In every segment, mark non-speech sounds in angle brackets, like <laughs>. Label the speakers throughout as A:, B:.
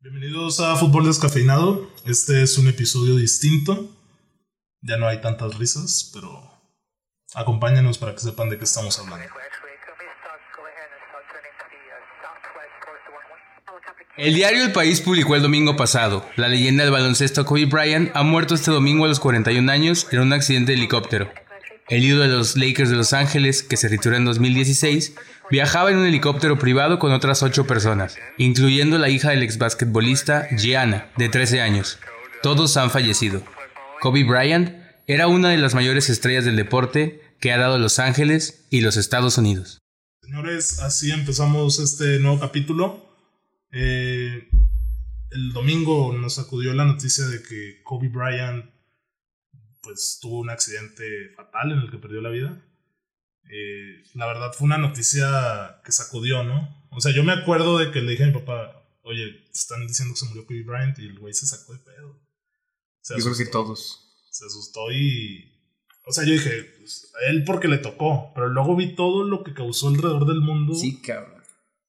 A: Bienvenidos a Fútbol Descafeinado. Este es un episodio distinto. Ya no hay tantas risas, pero acompáñanos para que sepan de qué estamos hablando.
B: El diario El País publicó el domingo pasado, la leyenda del baloncesto Kobe Bryant ha muerto este domingo a los 41 años en un accidente de helicóptero. El ídolo de los Lakers de Los Ángeles, que se retiró en 2016, viajaba en un helicóptero privado con otras ocho personas, incluyendo la hija del exbasquetbolista Gianna, de 13 años. Todos han fallecido. Kobe Bryant era una de las mayores estrellas del deporte que ha dado Los Ángeles y los Estados Unidos.
A: Señores, así empezamos este nuevo capítulo. Eh, el domingo nos sacudió la noticia de que Kobe Bryant pues, tuvo un accidente fatal en el que perdió la vida. Eh, la verdad fue una noticia que sacudió, ¿no? O sea, yo me acuerdo de que le dije a mi papá, oye, están diciendo que se murió Kobe Bryant y el güey se sacó de pedo. Se
C: Yo creo que
A: asustó,
C: todos.
A: se asustó y... O sea, yo dije, pues, a él porque le tocó, pero luego vi todo lo que causó alrededor del mundo.
C: cabrón.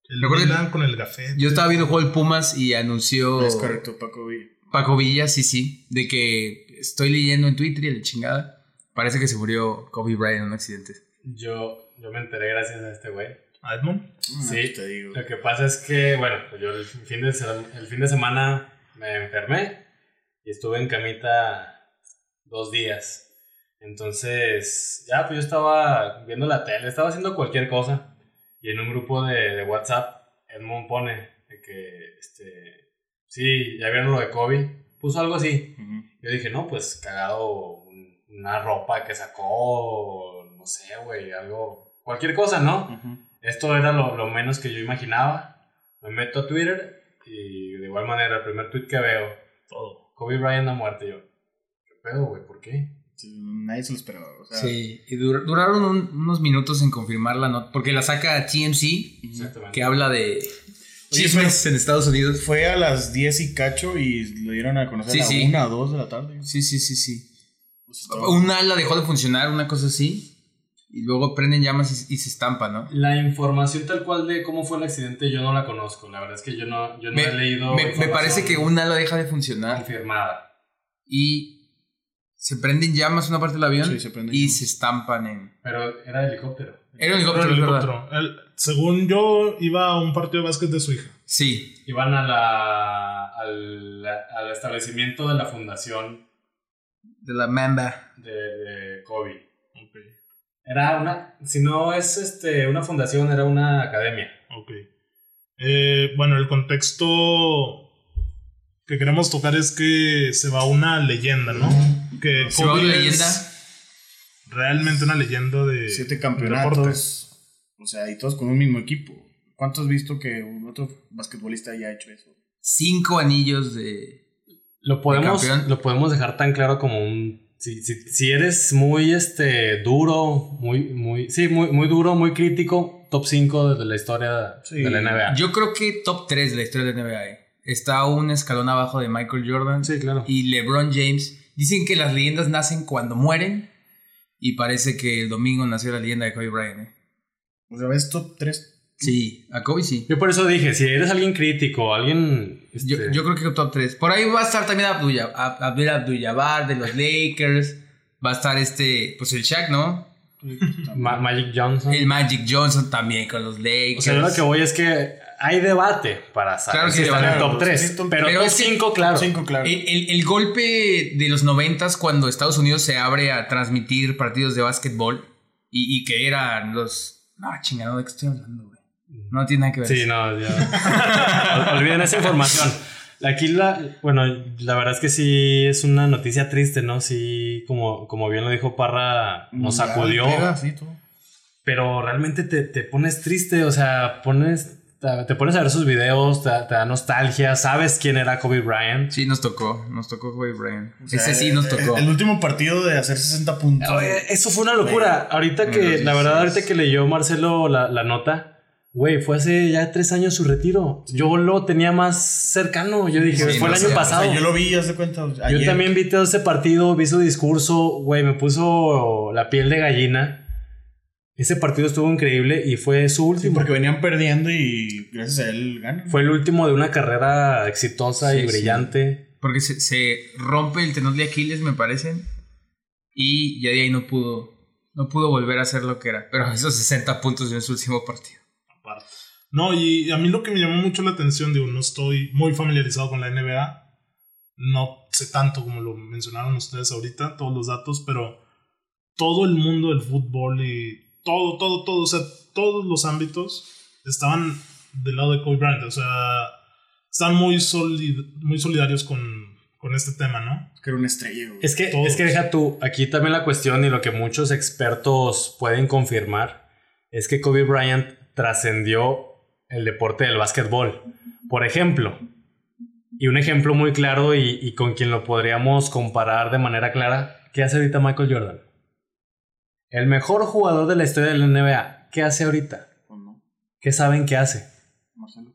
A: El
B: Me acuerdo
A: Milan con el gafete.
B: Yo estaba viendo el juego del Pumas y anunció
C: Es correcto, Paco. y-
B: Paco Villa, sí, sí, de que estoy leyendo en Twitter y la chingada. Parece que se murió Kobe Bryant en un accidente.
D: Yo, yo me enteré gracias a este güey.
A: ¿A Edmond?
D: Sí.
C: Ah, te digo.
D: Lo que pasa es que, bueno, pues yo el fin, de, se- el fin de semana me enfermé y estuve en camita dos días. Entonces, ya, pues yo estaba viendo la tele, estaba haciendo cualquier cosa. Y en un grupo de, de WhatsApp, Edmond pone de que, este, sí, ya vieron lo de Kobe. Puso algo así.
C: Ujú.
D: Yo dije, no, pues cagado un- una ropa que sacó, no sé, güey, algo, cualquier cosa, ¿no? Esto era lo, lo menos que yo imaginaba. Me meto a Twitter y de igual manera, el primer tweet que veo,
A: Todo.
D: Kobe Bryant ha muerto. Y Yo, ¿qué pedo, güey? ¿Por qué?
C: Sí, Nadie se lo esperaba. O sea,
B: Sí, y dur- duraron un- unos minutos en confirmar la nota, porque la saca TMC,
D: Exactamente.
B: que habla de chismes
C: pero-
B: en Estados Unidos.
C: Fue a las 10 y cacho y lo dieron a conocer
B: Sí,
C: a
B: sí.
C: la 1 o 2 de la tarde.
B: Sí, sí, sí, sí.
C: Pues estaba-
B: Un ala dejó de funcionar, una cosa así, y luego prenden llamas y, y se estampa, ¿no?
D: La información tal cual de cómo fue el accidente yo no la conozco. La verdad es que yo no, yo no he leído.
B: me- me parece que
D: información
B: un ala deja de funcionar
D: Confirmada.
B: y se prenden llamas una parte del avión
C: Sí, se prenden
B: y
C: llamas.
B: se estampan en...
D: Pero era de helicóptero.
B: Era un
A: Pero
B: helicóptero,
A: el
B: es verdad.
A: helicóptero. Él, según yo, iba a un partido de básquet de su hija.
B: Sí,
D: Iban a la, al, al establecimiento de la fundación
B: de la Mamba.
D: de, de Kobe. Era una, si no es este, una fundación, era una academia.
A: Ok. Eh, bueno, el contexto que queremos tocar es que se va una leyenda, ¿no? Que
B: Se va
A: Kobe
B: una
A: es
B: leyenda.
A: Realmente una leyenda de.
C: Siete
A: deportes.
C: campeonatos. O sea, y todos con un mismo equipo. ¿Cuántos has visto que un otro basquetbolista haya hecho eso?
B: Cinco anillos de...
D: Lo podemos,
B: campeón.
D: lo podemos dejar tan claro como un... Si, si- si eres muy este, duro, muy, muy, sí, muy, muy duro, muy crítico, top 5 de la historia
C: Sí.
D: de la NBA.
B: Yo creo que top 3 de la historia de la NBA. eh. Está un escalón abajo de Michael Jordan
D: sí, claro.
B: y LeBron James. Dicen que las leyendas nacen cuando mueren. Y parece que el domingo nació la leyenda de Kobe Bryant. eh.
C: O sea, ves top 3.
B: Sí, a Kobe sí.
D: Yo por eso dije, si eres alguien crítico, alguien... este,
B: Yo, yo creo que top 3. Por ahí va a estar también Abdul Ab- Abdul Abdul-Jabbar de los Lakers. Va a estar este, pues el Shaq, ¿no?
D: Ma- Magic Johnson.
B: El Magic Johnson también con los
D: o
B: Lakers.
D: sea, yo lo que voy es que hay debate para saber
B: Claro que
D: si está en el
B: debate.
D: top 3.
C: Sí, top-
D: pero
B: pero
D: top
B: es que-
D: 5, claro.
C: 5, claro.
B: El, el- el golpe de los noventas cuando Estados Unidos se abre a transmitir partidos de básquetbol y, y que eran los... No, chingado, ¿de qué estoy hablando, güey? No tiene nada que ver.
D: Sí, no, ya. Ol- Pues. <laughs> Olviden esa información. Aquí la, bueno, la verdad es que sí es una noticia triste, ¿no? Sí, como, como bien lo dijo Parra, nos
C: Ya,
D: sacudió,
C: pega, sí, todo.
D: pero realmente te, te pones triste, o sea, pones, te te pones a ver sus videos, te, te da nostalgia, sabes quién era Kobe Bryant.
B: Sí, nos tocó, nos tocó Kobe Bryant.
C: O sea,
B: Ese sí nos
C: el-
B: tocó.
C: El último partido de hacer 60 puntos.
D: Oye, eso fue una locura. Ahorita que, la verdad, ahorita que leyó Marcelo la, la nota, güey, fue hace ya tres años su retiro. Yo lo tenía más cercano, yo dije,
B: Sí,
D: fue el
B: no
D: año
B: sé, o sea,
D: pasado.
C: O sea, yo lo vi, haz de cuenta. ayer.
D: Yo también vi todo ese partido, vi su discurso, güey, me puso la piel de gallina. Ese partido estuvo increíble y fue su
C: Sí,
D: último.
C: porque venían perdiendo y gracias a él ganan.
D: Fue el último de una carrera exitosa
B: Sí,
D: y
B: sí.
D: brillante.
B: Porque se, se rompe el tenón de Aquiles, me parece. Y ya de ahí no pudo. No pudo volver a ser lo que era. Pero esos 60 puntos en su último partido.
A: No, y a mí lo que me llamó mucho la atención, digo, no estoy muy familiarizado con la NBA, no sé tanto como lo mencionaron ustedes ahorita, todos los datos, pero todo el mundo del fútbol y todo, todo, todo, o sea, todos los ámbitos estaban del lado de Kobe Bryant, o sea, están muy, solid- muy solidarios con, con este tema, ¿no?
C: Que era una estrella, güey.
D: Es que,
A: Todos.
D: es que deja tú, aquí también la cuestión y lo que muchos expertos pueden confirmar es que Kobe Bryant trascendió el deporte del básquetbol. Por ejemplo, y un ejemplo muy claro y, y con quien lo podríamos comparar de manera clara, ¿qué hace ahorita Michael Jordan? El mejor jugador de la historia de la NBA, ¿qué hace ahorita?
C: ¿O no,
D: ¿Qué saben que hace?
C: Marcelo?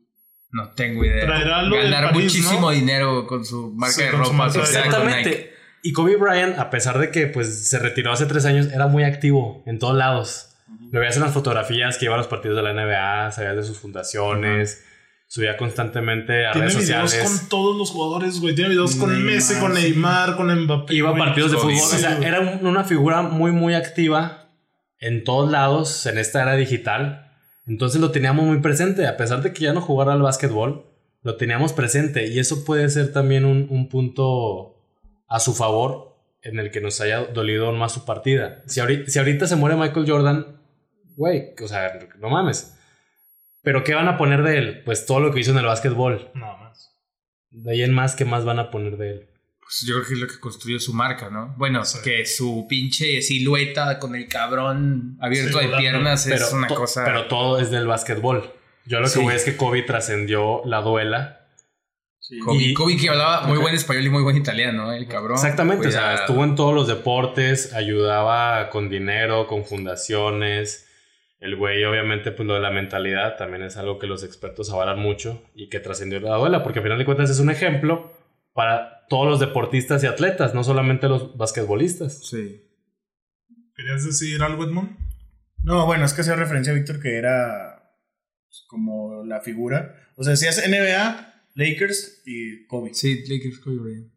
B: No tengo idea.
A: Traerá lo del
B: Ganar
A: París,
B: muchísimo
A: ¿no?
B: dinero con su marca
A: Sí,
B: de
A: con su
B: ropa.
A: marca de
B: asociada con Nike.
D: Exactamente. Y Kobe Bryant, a pesar de que pues, se retiró hace tres años, era muy activo en todos lados. Lo veías en las fotografías que iba a los partidos de la NBA, sabías de sus fundaciones, subía constantemente a
A: Tiene
D: redes
A: videos
D: sociales.
A: con todos los jugadores, güey, tiene videos con
C: Neymar,
A: Messi, con
C: sí.
A: Neymar, con Mbappé.
D: Iba a
A: güey.
D: partidos de fútbol.
A: Sí,
D: o sea,
A: güey.
D: era un- una figura muy, muy activa en todos lados en esta era digital. Entonces lo teníamos muy presente, a pesar de que ya no jugara al básquetbol, lo teníamos presente. Y eso puede ser también un, un punto a su favor en el que nos haya dolido más su partida. Si ahorita, si ahorita se muere Michael Jordan, güey, o sea, no mames. Pero ¿qué van a poner de él? Pues todo lo que hizo en el básquetbol.
A: Nada más.
D: De ahí en más, ¿qué más van a poner de él?
B: Pues yo creo que es lo que construyó su marca, ¿no? Bueno,
A: Sí.
B: que su pinche silueta con el cabrón
A: Sí,
B: abierto de
A: volando.
B: piernas es una
D: to-
B: cosa.
D: pero todo es del básquetbol. Yo lo que
B: Sí.
D: voy es que Kobe trascendió la duela.
C: Sí.
B: Kobe,
D: y-
B: Kobe que hablaba muy
D: Ajá.
B: buen español y muy buen italiano, ¿eh? el cabrón.
D: Exactamente, o sea,
B: Cuidado.
D: estuvo en todos los deportes, ayudaba con dinero, con fundaciones. El güey, obviamente, pues lo de la mentalidad también es algo que los expertos avalan mucho y que trascendió la duela, porque al final de cuentas es un ejemplo para todos los deportistas y atletas, no solamente los basquetbolistas.
B: Sí.
A: ¿Querías decir algo, Edmond?
C: No, bueno, es que hacía referencia a Víctor que era pues, como la figura. O sea, decías NBA, Lakers y Kobe.
B: Sí, Lakers, Kobe Bryant.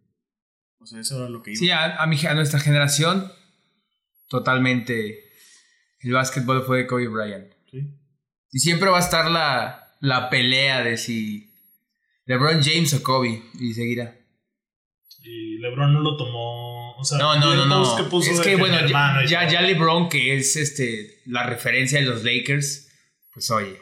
C: O sea, eso era lo que iba.
B: Sí, a, a mi, a nuestra generación, totalmente. El básquetbol fue de Kobe Bryant.
C: Sí.
B: Y siempre va a estar la, la pelea de si LeBron James o Kobe. Y seguirá.
A: Y LeBron no lo tomó. O sea,
B: No,
A: y
B: no,
A: el
B: no, no.
A: post que puso
B: es
A: de
B: que bueno,
A: mi hermano
B: ya,
A: y
B: ya,
A: todo.
B: ya LeBron, que es este la referencia de los Lakers, pues oye.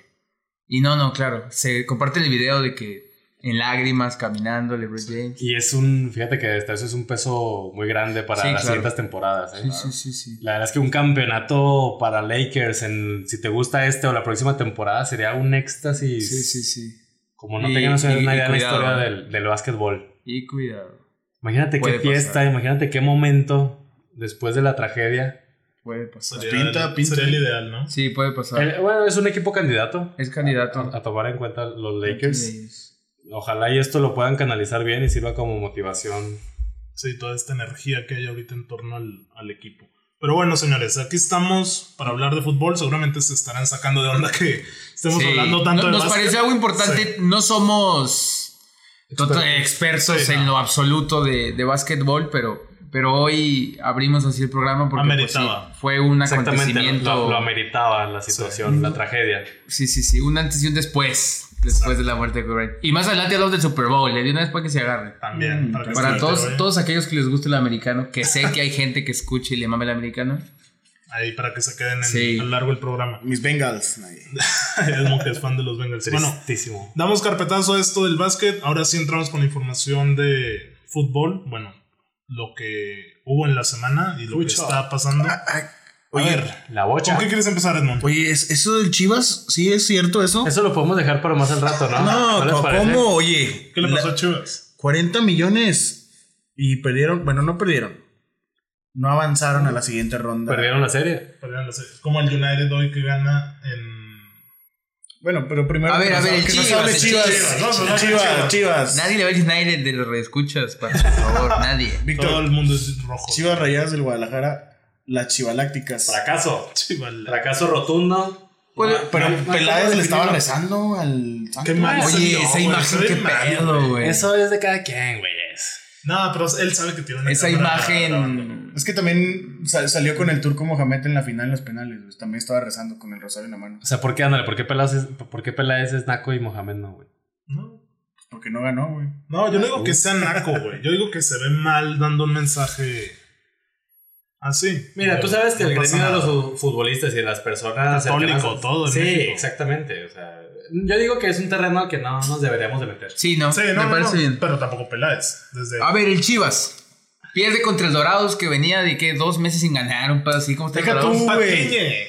B: Y no, no, claro. Se comparte el video de que en lágrimas caminando LeBron James.
D: Y es un, fíjate que hasta eso es un peso muy grande para
B: Sí,
D: las
B: claro.
D: siguientes temporadas. ¿eh?
B: Sí, sí, sí, sí.
D: La verdad es que un campeonato para Lakers, en, si te gusta este o la próxima temporada, sería un éxtasis.
B: Sí, sí, sí.
D: Como no
B: Y-
D: tengamos
B: y-
D: una
B: y
D: idea de la
B: cuidado.
D: historia del, del básquetbol.
B: Y cuidado.
D: Imagínate
B: Puede
D: qué fiesta,
B: pasar.
D: imagínate qué momento después de la tragedia.
B: Puede pasar.
A: pues, Sería,
C: Pues Pinta,
A: el,
C: pinta.
A: sería el ideal, ¿no?
B: Sí, puede pasar.
D: El- bueno, es un equipo candidato
B: es Ah. candidato.
D: a, a tomar en cuenta los Lakers. Ojalá y esto lo puedan canalizar bien y sirva como motivación.
A: Sí, toda esta energía que hay ahorita en torno al, al equipo. Pero bueno, señores, aquí estamos para hablar de fútbol. Seguramente se estarán sacando de onda que estemos
B: Sí.
A: hablando tanto
B: No-
A: de
B: Nos
A: básquet.
B: pareció algo importante. No somos total- expertos
A: Sí,
B: en
A: no.
B: lo absoluto de, de básquetbol, pero, pero hoy abrimos así el programa porque pues, sí,
A: Ameritaba.
B: fue un
D: Exactamente, lo-
B: acontecimiento.
D: lo, lo ameritaba la situación, la tragedia.
B: Sí, sí, sí. Un antes y un después. Después de la muerte de Kobe Bryant. Y más adelante hablamos del Super Bowl. Le di una vez para que se agarre.
A: También.
C: Mm,
A: que
B: Para
A: se
B: todos,
A: enteren,
B: todos aquellos que les guste el americano, que sé que hay gente que escuche y le mame el americano.
A: Ahí para que se queden en-
B: Sí.
A: a lo largo del programa. <laughs>
C: Mis Bengals. <laughs> nadie.
A: Edmond, que es fan de los Bengals. Bueno,
D: Tristísimo.
A: Damos carpetazo a esto del básquet. Ahora sí entramos con la información de fútbol. Bueno, lo que hubo en la semana y lo que
C: Fucho.
A: está pasando.
C: Oye,
A: a ver,
D: La bocha.
A: ¿con qué quieres empezar, Edmond?
C: Oye, ¿es- ¿eso del Chivas? ¿Sí es cierto eso?
D: Eso lo podemos dejar para más al rato, ¿no?
C: No,
D: les
C: co-
D: parece?
C: ¿cómo? Oye,
A: ¿Qué le
C: la-
A: pasó a Chivas?
C: 40 millones y perdieron, bueno, no perdieron. No avanzaron a la siguiente ronda.
D: Perdieron la serie.
A: Perdieron la serie. Es como el United hoy que gana en.
C: Bueno, pero primero
B: A ver,
C: que
B: a
C: nos-
B: ver, el
C: que nos
B: Chivas,
C: hable
B: el
C: Chivas,
B: Chivas,
A: no, no, no,
C: Chivas, Chivas,
A: Chivas.
B: Nadie le va a decir nadie de
C: <laughs>
B: los reescuchas, por favor, nadie.
A: Todo
C: Víctor,
A: el mundo es rojo.
C: Chivas Rayadas del Guadalajara las chivalácticas.
D: Fracaso.
A: Sí, vale.
D: Fracaso rotundo.
B: Pues,
D: Ma-
C: Pero
D: ma- ma-
C: Peláez le estaba
D: definido.
C: rezando al santo.
A: Qué mal.
B: Oye,
A: salió,
B: esa
A: güey,
B: imagen,
A: se ve
B: qué
A: mal,
B: pedo, güey.
D: Eso es de cada quien, güey. es.
A: No, pero él sabe que tiene una
B: Esa
A: cámara
C: Ah,
B: imagen.
C: Es que también sal- salió con el turco Mohamed en la final en los penales. pues, También estaba rezando con el rosario en la mano.
D: O sea, ¿por qué, ándale, por qué Peláez es, por qué Peláez es Naco y Mohamed no, güey?
A: No,
C: Porque no ganó, güey.
A: No, yo no digo que sea naco, güey. Yo digo que se ve mal dando un mensaje así.
D: Mira, tú sabes que
A: No
D: el
A: pasa
D: gremio de
A: nada.
D: los futbolistas y de las personas...
A: Católico,
D: cercanas-
A: todo en
D: Sí,
A: México.
D: exactamente. O sea, yo digo que es un terreno al que no nos deberíamos de meter.
B: Sí, no,
A: Sí, no,
B: me
A: no,
B: parece
A: no,
B: bien. Ah,
A: Pero tampoco Peláez. Desde.
B: A ver, el Chivas. Pierde contra el Dorados que venía de que dos meses sin ganar, un pedo así. ¿Cómo está el
C: Deja
B: Dorados?
C: tú, güey.
A: Patiñe.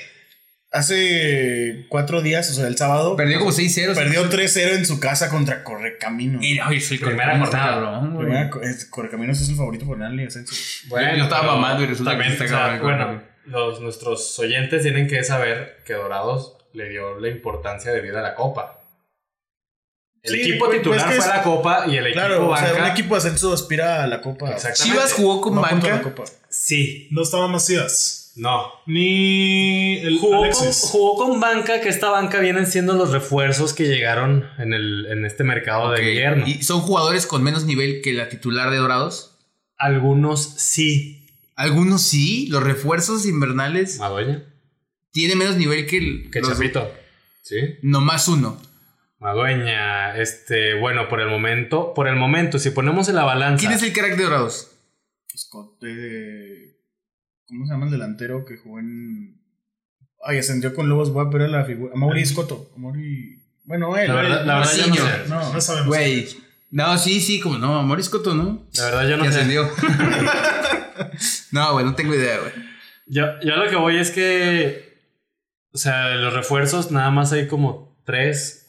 C: Hace cuatro días, o sea, el sábado.
B: Perdió como 6-0.
C: perdió 3-0 en su casa contra Correcaminos.
B: Y no, y fue el
D: Primera
B: Correcaminos,
D: jornada.
B: cabrón, güey.
C: Primera, es- Correcaminos es el favorito por Nanli, ascenso.
B: Yo- yo estaba
D: pero
B: mamando y resulta que
D: también,
B: está
D: o sea,
B: cabrón el
D: Bueno,
B: Correcaminos.
D: los, nuestros oyentes tienen que saber que Dorados le dio la importancia debida a la Copa. El
C: Sí,
D: equipo
C: pues,
D: titular
C: pues, que
D: fue
C: es-
D: la Copa y el equipo
C: Claro, o
D: banca...
C: sea, un equipo de ascenso aspira a la copa.
D: Exactamente.
B: Chivas jugó con
C: No contra la
B: banca.
C: copa.
D: Sí,
A: No estaba Macías.
D: no.
A: Ni el
D: Jugó con,
A: Alexis.
D: jugó con banca, que esta banca vienen siendo los refuerzos que llegaron en, el, en este mercado
B: Ok,
D: de invierno.
B: Y son jugadores con menos nivel que la titular de Dorados.
D: Algunos sí.
B: Algunos sí, los refuerzos invernales
D: Madueña.
B: tienen menos nivel que el.
D: Que
B: los-
D: Chapito. Sí.
B: Nomás uno.
D: Madueña. Este, bueno, por el momento, por el momento, si ponemos en la balanza.
B: ¿Quién es el crack de Dorados?
C: Scott, eh, ¿Cómo se llama el delantero que jugó en. Ay, ascendió con Lobos Guap, pero era la figura. Mauri Escoto. Mauri. Bueno, él.
D: La verdad, la verdad yo no
B: Marcillo.
D: sé.
C: No,
A: No sabemos.
B: Güey. No, sí, sí, como no, Moriscoto, ¿no?
D: La verdad yo no
B: que
D: sé.
B: ascendió. no, güey, no tengo idea, güey.
D: Yo, yo lo que voy es que. O sea, de los refuerzos, nada más hay como tres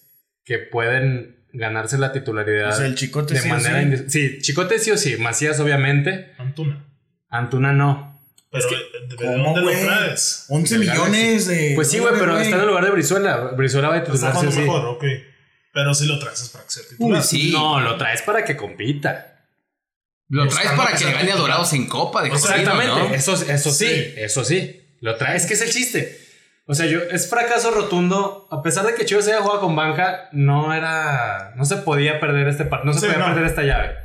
D: que pueden ganarse la titularidad.
C: o sea, Pues el chicote
D: de
C: sí,
D: manera.
C: sí.
D: indis- Sí, Chicote sí o sí. Macías, obviamente.
A: Antuna.
D: Antuna no.
A: Pero, eh,
C: que-
A: ¿de- ¿de
C: ¿cómo,
A: dónde lo
C: güey?
A: traes?
C: 11
D: Delgado,
C: millones de.
D: Pues sí, güey, pero está en el lugar de Brizuela. Brizuela va a
A: Está
D: titular sí o
A: jugando
D: sí.
A: mejor, ok. Pero si lo traes es para que sea titular.
B: Uy, sí.
D: No, lo traes para que compita.
B: Lo traes
A: Buscando
B: para
A: que
B: que le
A: sea
B: gane a
A: titular.
B: Dorados en Copa de José,
D: Exactamente.
B: ¿no?
D: Eso, eso sí,
A: Sí.
D: eso sí. Lo traes, que es el chiste. O sea, yo, es fracaso rotundo. A pesar de que Chivas haya jugado con banca, no era. No se podía perder este par- No se
A: Sí,
D: podía
A: no.
D: perder esta llave.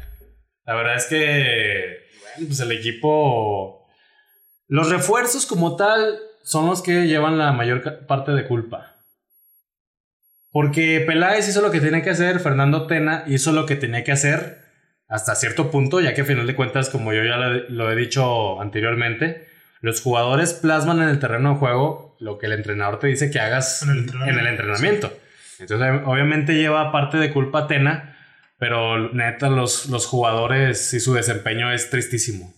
D: La verdad es que. Bueno, pues el equipo. Los refuerzos, como tal, son los que llevan la mayor ca- parte de culpa. Porque Peláez hizo lo que tenía que hacer, Fernando Tena hizo lo que tenía que hacer hasta cierto punto, ya que a final de cuentas, como yo ya lo, lo he dicho anteriormente, los jugadores plasman en el terreno de juego lo que el entrenador te dice que hagas
A: En el
D: en
A: entrenamiento.
D: el entrenamiento. Entonces, ob- obviamente lleva parte de culpa a Tena, pero neta, los, los jugadores y su desempeño es tristísimo.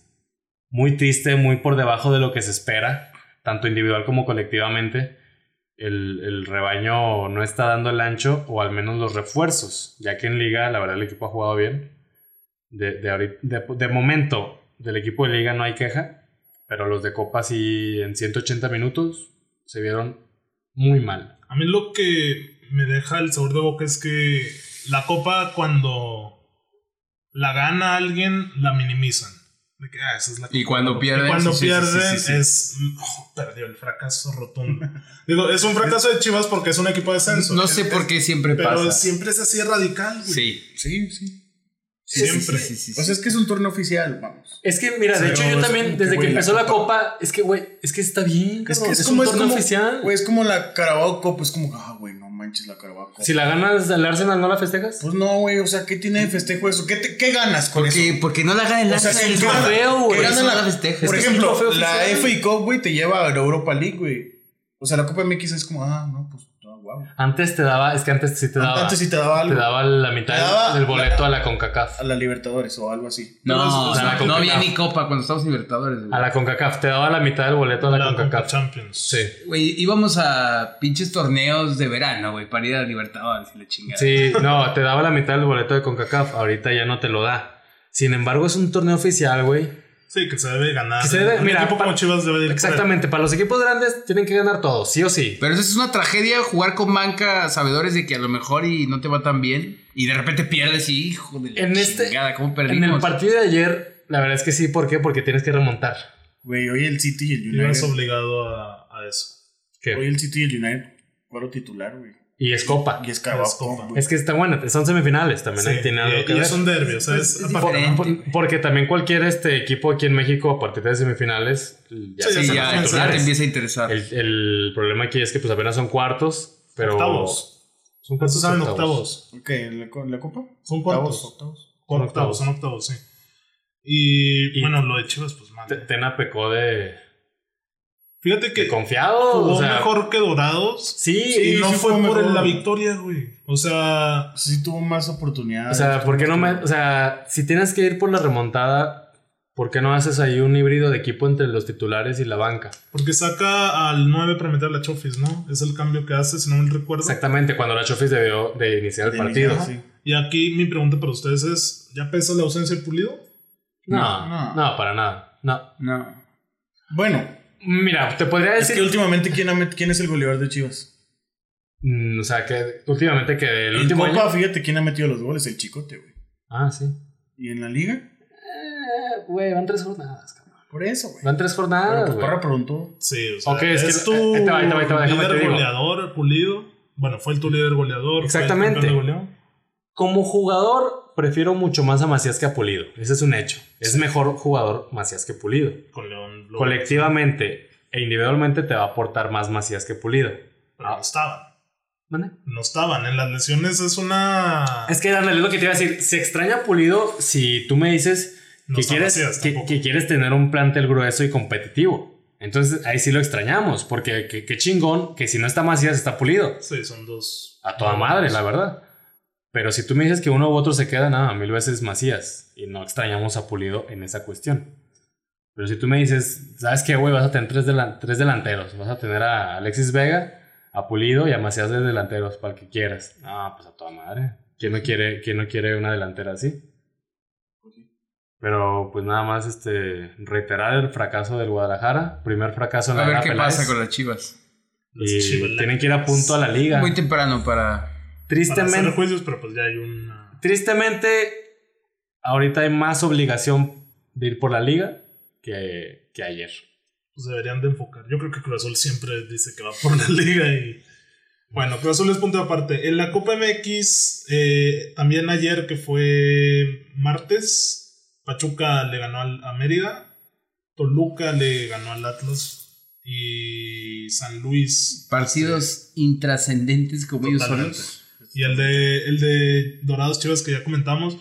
D: Muy triste, muy por debajo de lo que se espera, tanto individual como colectivamente. El, el rebaño no está dando el ancho, o al menos los refuerzos, ya que en liga, la verdad, el equipo ha jugado bien. De, de, ahorit- de, de momento, del equipo de liga no hay queja, pero los de Copa sí, en 180 minutos, se vieron muy mal.
A: A mí lo que me deja el sabor de boca es que la copa cuando la gana alguien la minimizan. De que, ah, esa es la
B: Y cuando pierden.
A: Y cuando
B: sí, sí, sí,
A: pierden
B: sí, sí.
A: es... oh, perdió el fracaso rotundo. Digo, es un fracaso de Chivas porque es un equipo de ascenso.
B: No sé
A: Es-
B: por qué siempre
A: Pero
B: pasa.
A: siempre es así de radical, güey.
B: Sí.
C: Sí, sí.
A: Siempre.
B: Sí, sí, sí, sí.
C: O sea, es que es un turno oficial, vamos.
D: Es que, mira, de
C: Pero
D: hecho, yo
C: es
D: también,
C: como
D: desde
C: que,
D: que
C: güey, la
D: empezó la
C: copa-
D: copa, es que, güey, es que está bien,
C: Es
D: es
C: que es,
D: es
C: como,
D: un
C: es
D: torneo
C: como,
D: oficial.
C: güey, es como la Carabao Cup, es como, ah, güey, no manches la Carabao Cup.
D: Si la ganas al Arsenal, ¿no la festejas?
C: Pues no, güey, o sea, ¿qué tiene de festejo eso? ¿Qué, te- qué ganas con eso?
B: Porque, porque no la gana el
D: pues,
C: O sea,
B: Atlas,
C: sí,
B: el
C: ¿qué
B: trofeo,
D: gana-
B: güey.
C: qué gana
B: Eso no
C: la-
B: la festeja.
C: Por
B: Es que-
C: ejemplo,
D: trofeo
C: la
D: oficial.
C: FA Cup, güey, te lleva a la Europa League, güey. O sea, la Copa MX es como, ah, no, pues, ah, wow.
D: Antes te daba, es que antes sí te daba.
C: Antes sí te daba algo.
D: te daba la mitad
C: Te daba
D: del boleto
C: la-
D: a la CONCACAF.
C: A la Libertadores o algo así.
B: No,
D: o sea,
B: no,
D: la
B: no
D: Concacaf.
B: había ni copa cuando estábamos en Libertadores, güey.
D: A la CONCACAF, te daba la mitad del boleto a la,
A: La Conca
D: CONCACAF.
A: Champions.
D: Sí.
B: Güey, íbamos a pinches torneos de verano, güey, para ir a Libertadores y la chingada.
D: Sí, no, te daba la mitad del boleto de CONCACAF. Ahorita ya no te lo da. Sin embargo, es un torneo oficial, güey.
A: Sí, que se debe ganar.
D: Que se debe-
A: un
D: mira,
A: equipo
D: pa-
A: como Chivas debe de ir por
D: Exactamente, para los equipos grandes tienen que ganar todos, sí o sí.
B: Pero eso es una tragedia jugar con banca sabedores de que a lo mejor y no te va tan bien y de repente pierdes y hijo de la
D: En este-
B: chingada, ¿cómo
D: En
B: perdimos?
D: el partido de ayer, la verdad es que sí, ¿por qué? Porque tienes que remontar.
C: Güey, hoy el City y el United.
A: Ibas obligado a, a eso.
D: ¿Qué?
C: Hoy el City y el United, cuadro titular, güey.
D: Y es copa.
C: Y es Carabao
A: Es Copa.
C: Cup, güey.
D: Ah, Es que está bueno, son semifinales también. ahí
A: Sí,
D: tiene algo
A: y-
D: que
A: y
D: ver.
A: es un derbi, o sea, es,
B: Es
A: aparte,
B: diferente.
D: Por- porque también cualquier este equipo aquí en México a partir de semifinales ya
A: Sí,
D: se
B: Sí,
A: son
B: ya,
A: los
B: ya te
D: hacen titulares.
B: empieza a interesar.
D: el, el problema aquí es que pues apenas son cuartos, pero
A: Octavos.
D: son
A: Estos
D: cuartos
A: saben
D: octavos.
A: octavos.
C: ¿Qué? ¿La, co- la copa?
A: Son
C: Octavos,
A: cuartos.
C: octavos.
A: Son
D: Son octavos.
A: octavos, son octavos, sí. Y,
D: Y-
A: bueno, lo de Chivas, pues mal.
D: Te- Tena pecó de,
A: Fíjate
D: de
A: que
D: confiado,
A: jugó
D: o sea,
A: mejor que Dorados.
D: sí,
A: y no
C: sí
A: fue
C: jugó
A: por
C: mejor.
A: la victoria, güey. O sea,
C: Sí tuvo más oportunidades.
D: o sea, ¿por qué no me,
C: más
D: o sea, si tienes que ir por la remontada, ¿por qué no haces ahí un híbrido de equipo entre los titulares y la banca?
A: porque saca al 9 para meter a la Chofis, ¿no? Es el cambio que hace, si no me recuerdo.
D: Exactamente, cuando la Chofis debió de iniciar el
C: De
D: partido.
C: iniciar, sí.
A: Y aquí mi pregunta para ustedes es, ¿ya pesa la ausencia de Pulido?
D: No, no,
C: No.
D: para nada. No.
C: No. Bueno,
D: Mira, te podría
C: es
D: decir
C: que últimamente, ¿quién, ha met- quién es el goleador de Chivas?
D: Mm, o sea, que últimamente que el
C: El
D: último
C: Copa,
D: año...
C: fíjate quién ha metido los goles, el Chicote, güey.
D: Ah, sí.
C: ¿Y en la liga?
D: Eh, Güey, van tres jornadas, cabrón.
C: Por eso, güey.
D: Van tres
C: Pero
D: jornadas,
C: pues
D: Ah, güey.
C: Parra preguntó.
A: Sí, o sea,
D: Ok, es que-
A: tu
D: ahí te va, ahí te va, ahí te va, déjame te
A: líder
D: digo.
A: goleador, Pulido. Bueno, fue el tu líder goleador.
D: Exactamente.
A: Fue el campeón de goleo.
D: Como jugador, prefiero mucho más a Macías que a Pulido. Ese es un hecho. Es mejor jugador Macías que Pulido.
A: Con León. lo-
D: Colectivamente e individualmente te va a aportar más Macías que Pulido.
A: pero Ah, no estaban.
D: ¿Mande?
A: No estaban. En las lesiones es una...
D: Es que, Daniel, es lo que te iba a decir. Se extraña a Pulido si tú me dices
A: No
D: que,
A: está
D: quieres,
A: Macías
D: que-
A: tampoco.
D: que quieres tener un plantel grueso y competitivo. Entonces ahí sí lo extrañamos, porque qué qué chingón que si no está Macías está Pulido.
A: Sí, son dos.
D: A toda madre, la verdad. Pero si tú me dices que uno u otro se queda, nada, mil veces Macías. Y no extrañamos a Pulido en esa cuestión. Pero si tú me dices, ¿sabes qué, güey? Vas a tener tres, delan- tres delanteros. Vas a tener a Alexis Vega, a Pulido y a Macías de delanteros, para el que quieras. Ah, pues a toda madre. ¿Quién no quiere, quién no quiere una delantera así?
B: Pues
D: Pero pues nada más este, reiterar el fracaso del Guadalajara. Primer fracaso en la
B: A ver
D: era
B: qué
D: Peláez.
B: pasa con las chivas.
A: Las
D: Y
A: Chivas-
D: tienen que ir a punto a la liga.
B: Muy temprano para.
A: Para hacer
D: Tristemente,
A: juicios, pero pues ya hay una...
D: tristemente, ahorita hay más obligación de ir por la liga que, que ayer.
A: Pues deberían de enfocar. Yo creo que Cruz Azul siempre dice que va por la <laughs> liga y... Bueno, Cruz Azul es punto de aparte. En la Copa MX, eh, también ayer que fue martes, Pachuca le ganó al, a Mérida, Toluca le ganó al Atlas y San Luis.
B: Partidos intrascendentes como ellos
A: Totalmente.
B: solos.
A: Y el de, el de Dorados Chivas que ya comentamos.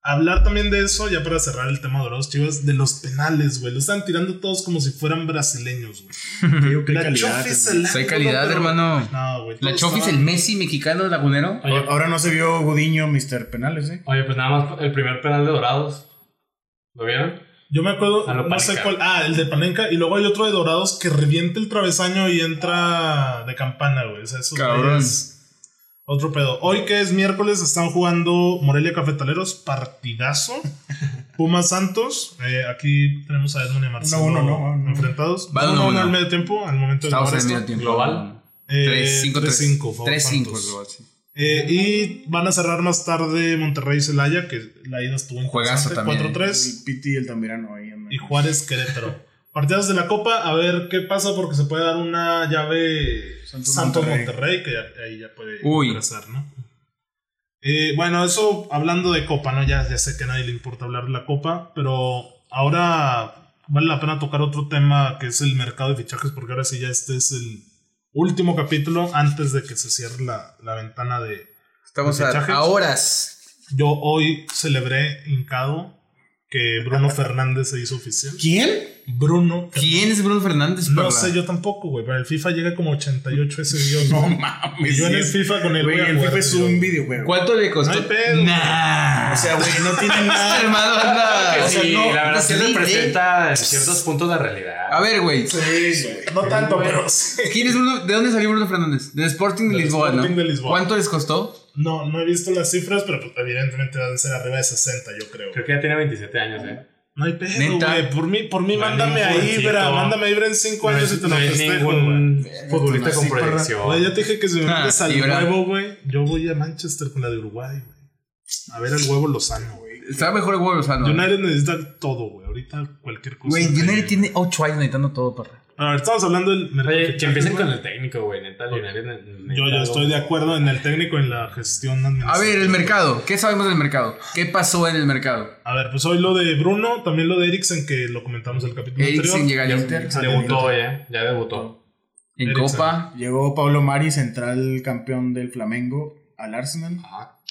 A: Hablar también de eso, ya para cerrar el tema de Dorados Chivas, de los penales, güey. Lo están tirando todos como si fueran brasileños, güey.
C: Digo que hay
A: La
C: calidad.
A: Chofis
C: hermano.
A: se la-
B: Hay calidad,
A: Pero- pues, ah.
B: hermano.
A: No, güey.
B: La
A: todos
B: Chofis, el
A: estaban-
B: Messi mexicano lagunero.
D: Oye,
C: Ahora- Ahora no se vio Gudiño, Mr. Penales, ¿eh?
D: oye, pues nada más el primer penal de Dorados. ¿Lo vieron?
A: Yo me acuerdo,
D: A lo
A: no sé
D: Panenka.
A: cuál. Ah, el de Panenka. Y luego hay otro de Dorados que revienta el travesaño y entra de campana, güey. O sea, esos
B: Cabrón.
A: güeyes, Otro pedo. Hoy que es miércoles están jugando Morelia Cafetaleros,
D: <laughs>
A: partidazo. Pumas Santos. Eh, aquí tenemos a Edmund y a Marcelo
C: Uno, uno, no, no.
A: enfrentados.
B: Va
A: Van
B: uno,
A: uno,
B: uno.
A: al medio tiempo, al momento de
B: Estamos
A: grabar
B: en el
A: esto.
B: medio tiempo.
D: Global.
A: Eh,
B: 3-5,
A: 3-5, favor,
B: 3-5
A: Santos.
B: global, sí.
A: Eh, y van a cerrar más tarde Monterrey y Celaya, que la ida estuvo en
B: Juegazo también,
A: 4-3.
C: El Piti y el Tamirano ahí. hermano.
A: y Juárez Querétaro. Partidos de la Copa, a ver qué pasa porque se puede dar una llave
C: Santos
A: Santos,
C: Monterrey.
A: Monterrey. que ya- ahí ya puede
B: Uy.
A: ingresar, ¿no? Eh, bueno, eso hablando de Copa, ¿no? Ya, ya sé que a nadie le importa hablar de la Copa, pero ahora vale la pena tocar otro tema que es el mercado de fichajes porque ahora sí ya este es el último capítulo antes de que se cierre la, la ventana de...
B: Estamos a,
A: ¿Fichajes?
B: a horas.
A: Yo hoy celebré hincado que <laughs> Bruno Fernández se hizo oficial.
C: ¿Quién?
A: Bruno
B: ¿Quién es Bruno Fernández?
A: No
B: Parra?
A: sé,
B: <laughs>
A: yo tampoco, güey. Para el FIFA llega como 88 ese guión.
C: No
A: No,
C: mames.
A: yo en el
C: sí.
A: FIFA con el
C: Güey,
A: voy a
C: el
A: jugar,
C: FIFA es
A: yo.
C: un videojuego.
B: ¿Cuánto le costó?
A: No hay pedo.
B: Nah.
C: O sea, güey, no
B: <laughs>
C: tiene nada.
B: hermano, anda.
D: Que
B: Ah, O sea,
D: sí,
B: no,
D: la
B: no
D: verdad sí
B: se rinde.
D: representa ciertos puntos de realidad.
B: A ver, güey.
A: No tanto, pero sí.
B: ¿Quién es Bruno- ¿De dónde salió Bruno Fernández? Del Sporting de
A: Del
B: Lisboa, ¿no?
A: Sporting de Lisboa.
B: ¿Cuánto les costó?
A: No, no he visto las cifras, pero pues, evidentemente van a ser arriba de 60, yo creo.
D: Creo que ya tiene 27 años, ¿eh?
A: No hay pedo,
B: Neta.
A: güey. Por mí, por mí,
D: No hay
A: mándame
D: ningún
A: ahí,
D: jovencito.
A: Ibra. Mándame a Ibra en 5 años y te lo
D: hay
A: festejo, güey.
D: ningún futbolista con
C: Sí, parra.
A: Güey,
D: proyección.
A: ya te dije que si me
B: Ah,
A: metes al
B: Ibra.
A: huevo, güey, yo voy a Manchester con la de Uruguay, güey. A ver al huevo Lozano, güey.
B: Está mejor el huevo Lozano.
A: United necesita todo, güey. Ahorita cualquier cosa.
B: Ah. Güey,
A: que
B: United
A: haya,
B: tiene 8 años necesitando todo, perra.
A: güey. A ver, estamos hablando del mercado de
D: Oye, que
A: fichajes,
D: empiecen
A: güey.
D: con el técnico, güey. Neta, Lionel. ne- ne-
A: Yo, yo
D: necesita
A: estoy de
D: algo.
A: acuerdo en el técnico, en la gestión
B: A
A: administrativa.
B: ver, el mercado. ¿Qué sabemos del mercado? ¿Qué pasó en el mercado?
A: A ver, pues hoy lo de Bruno, también lo de Eriksen, que lo comentamos el capítulo
B: Eriksen
A: anterior.
B: llega al Inter.
A: Eriksen
D: Debutó, ¿eh? ya. Ya debutó.
B: En
A: Eriksen.
B: Copa.
C: Llegó Pablo Mari, central campeón del Flamengo, al Arsenal.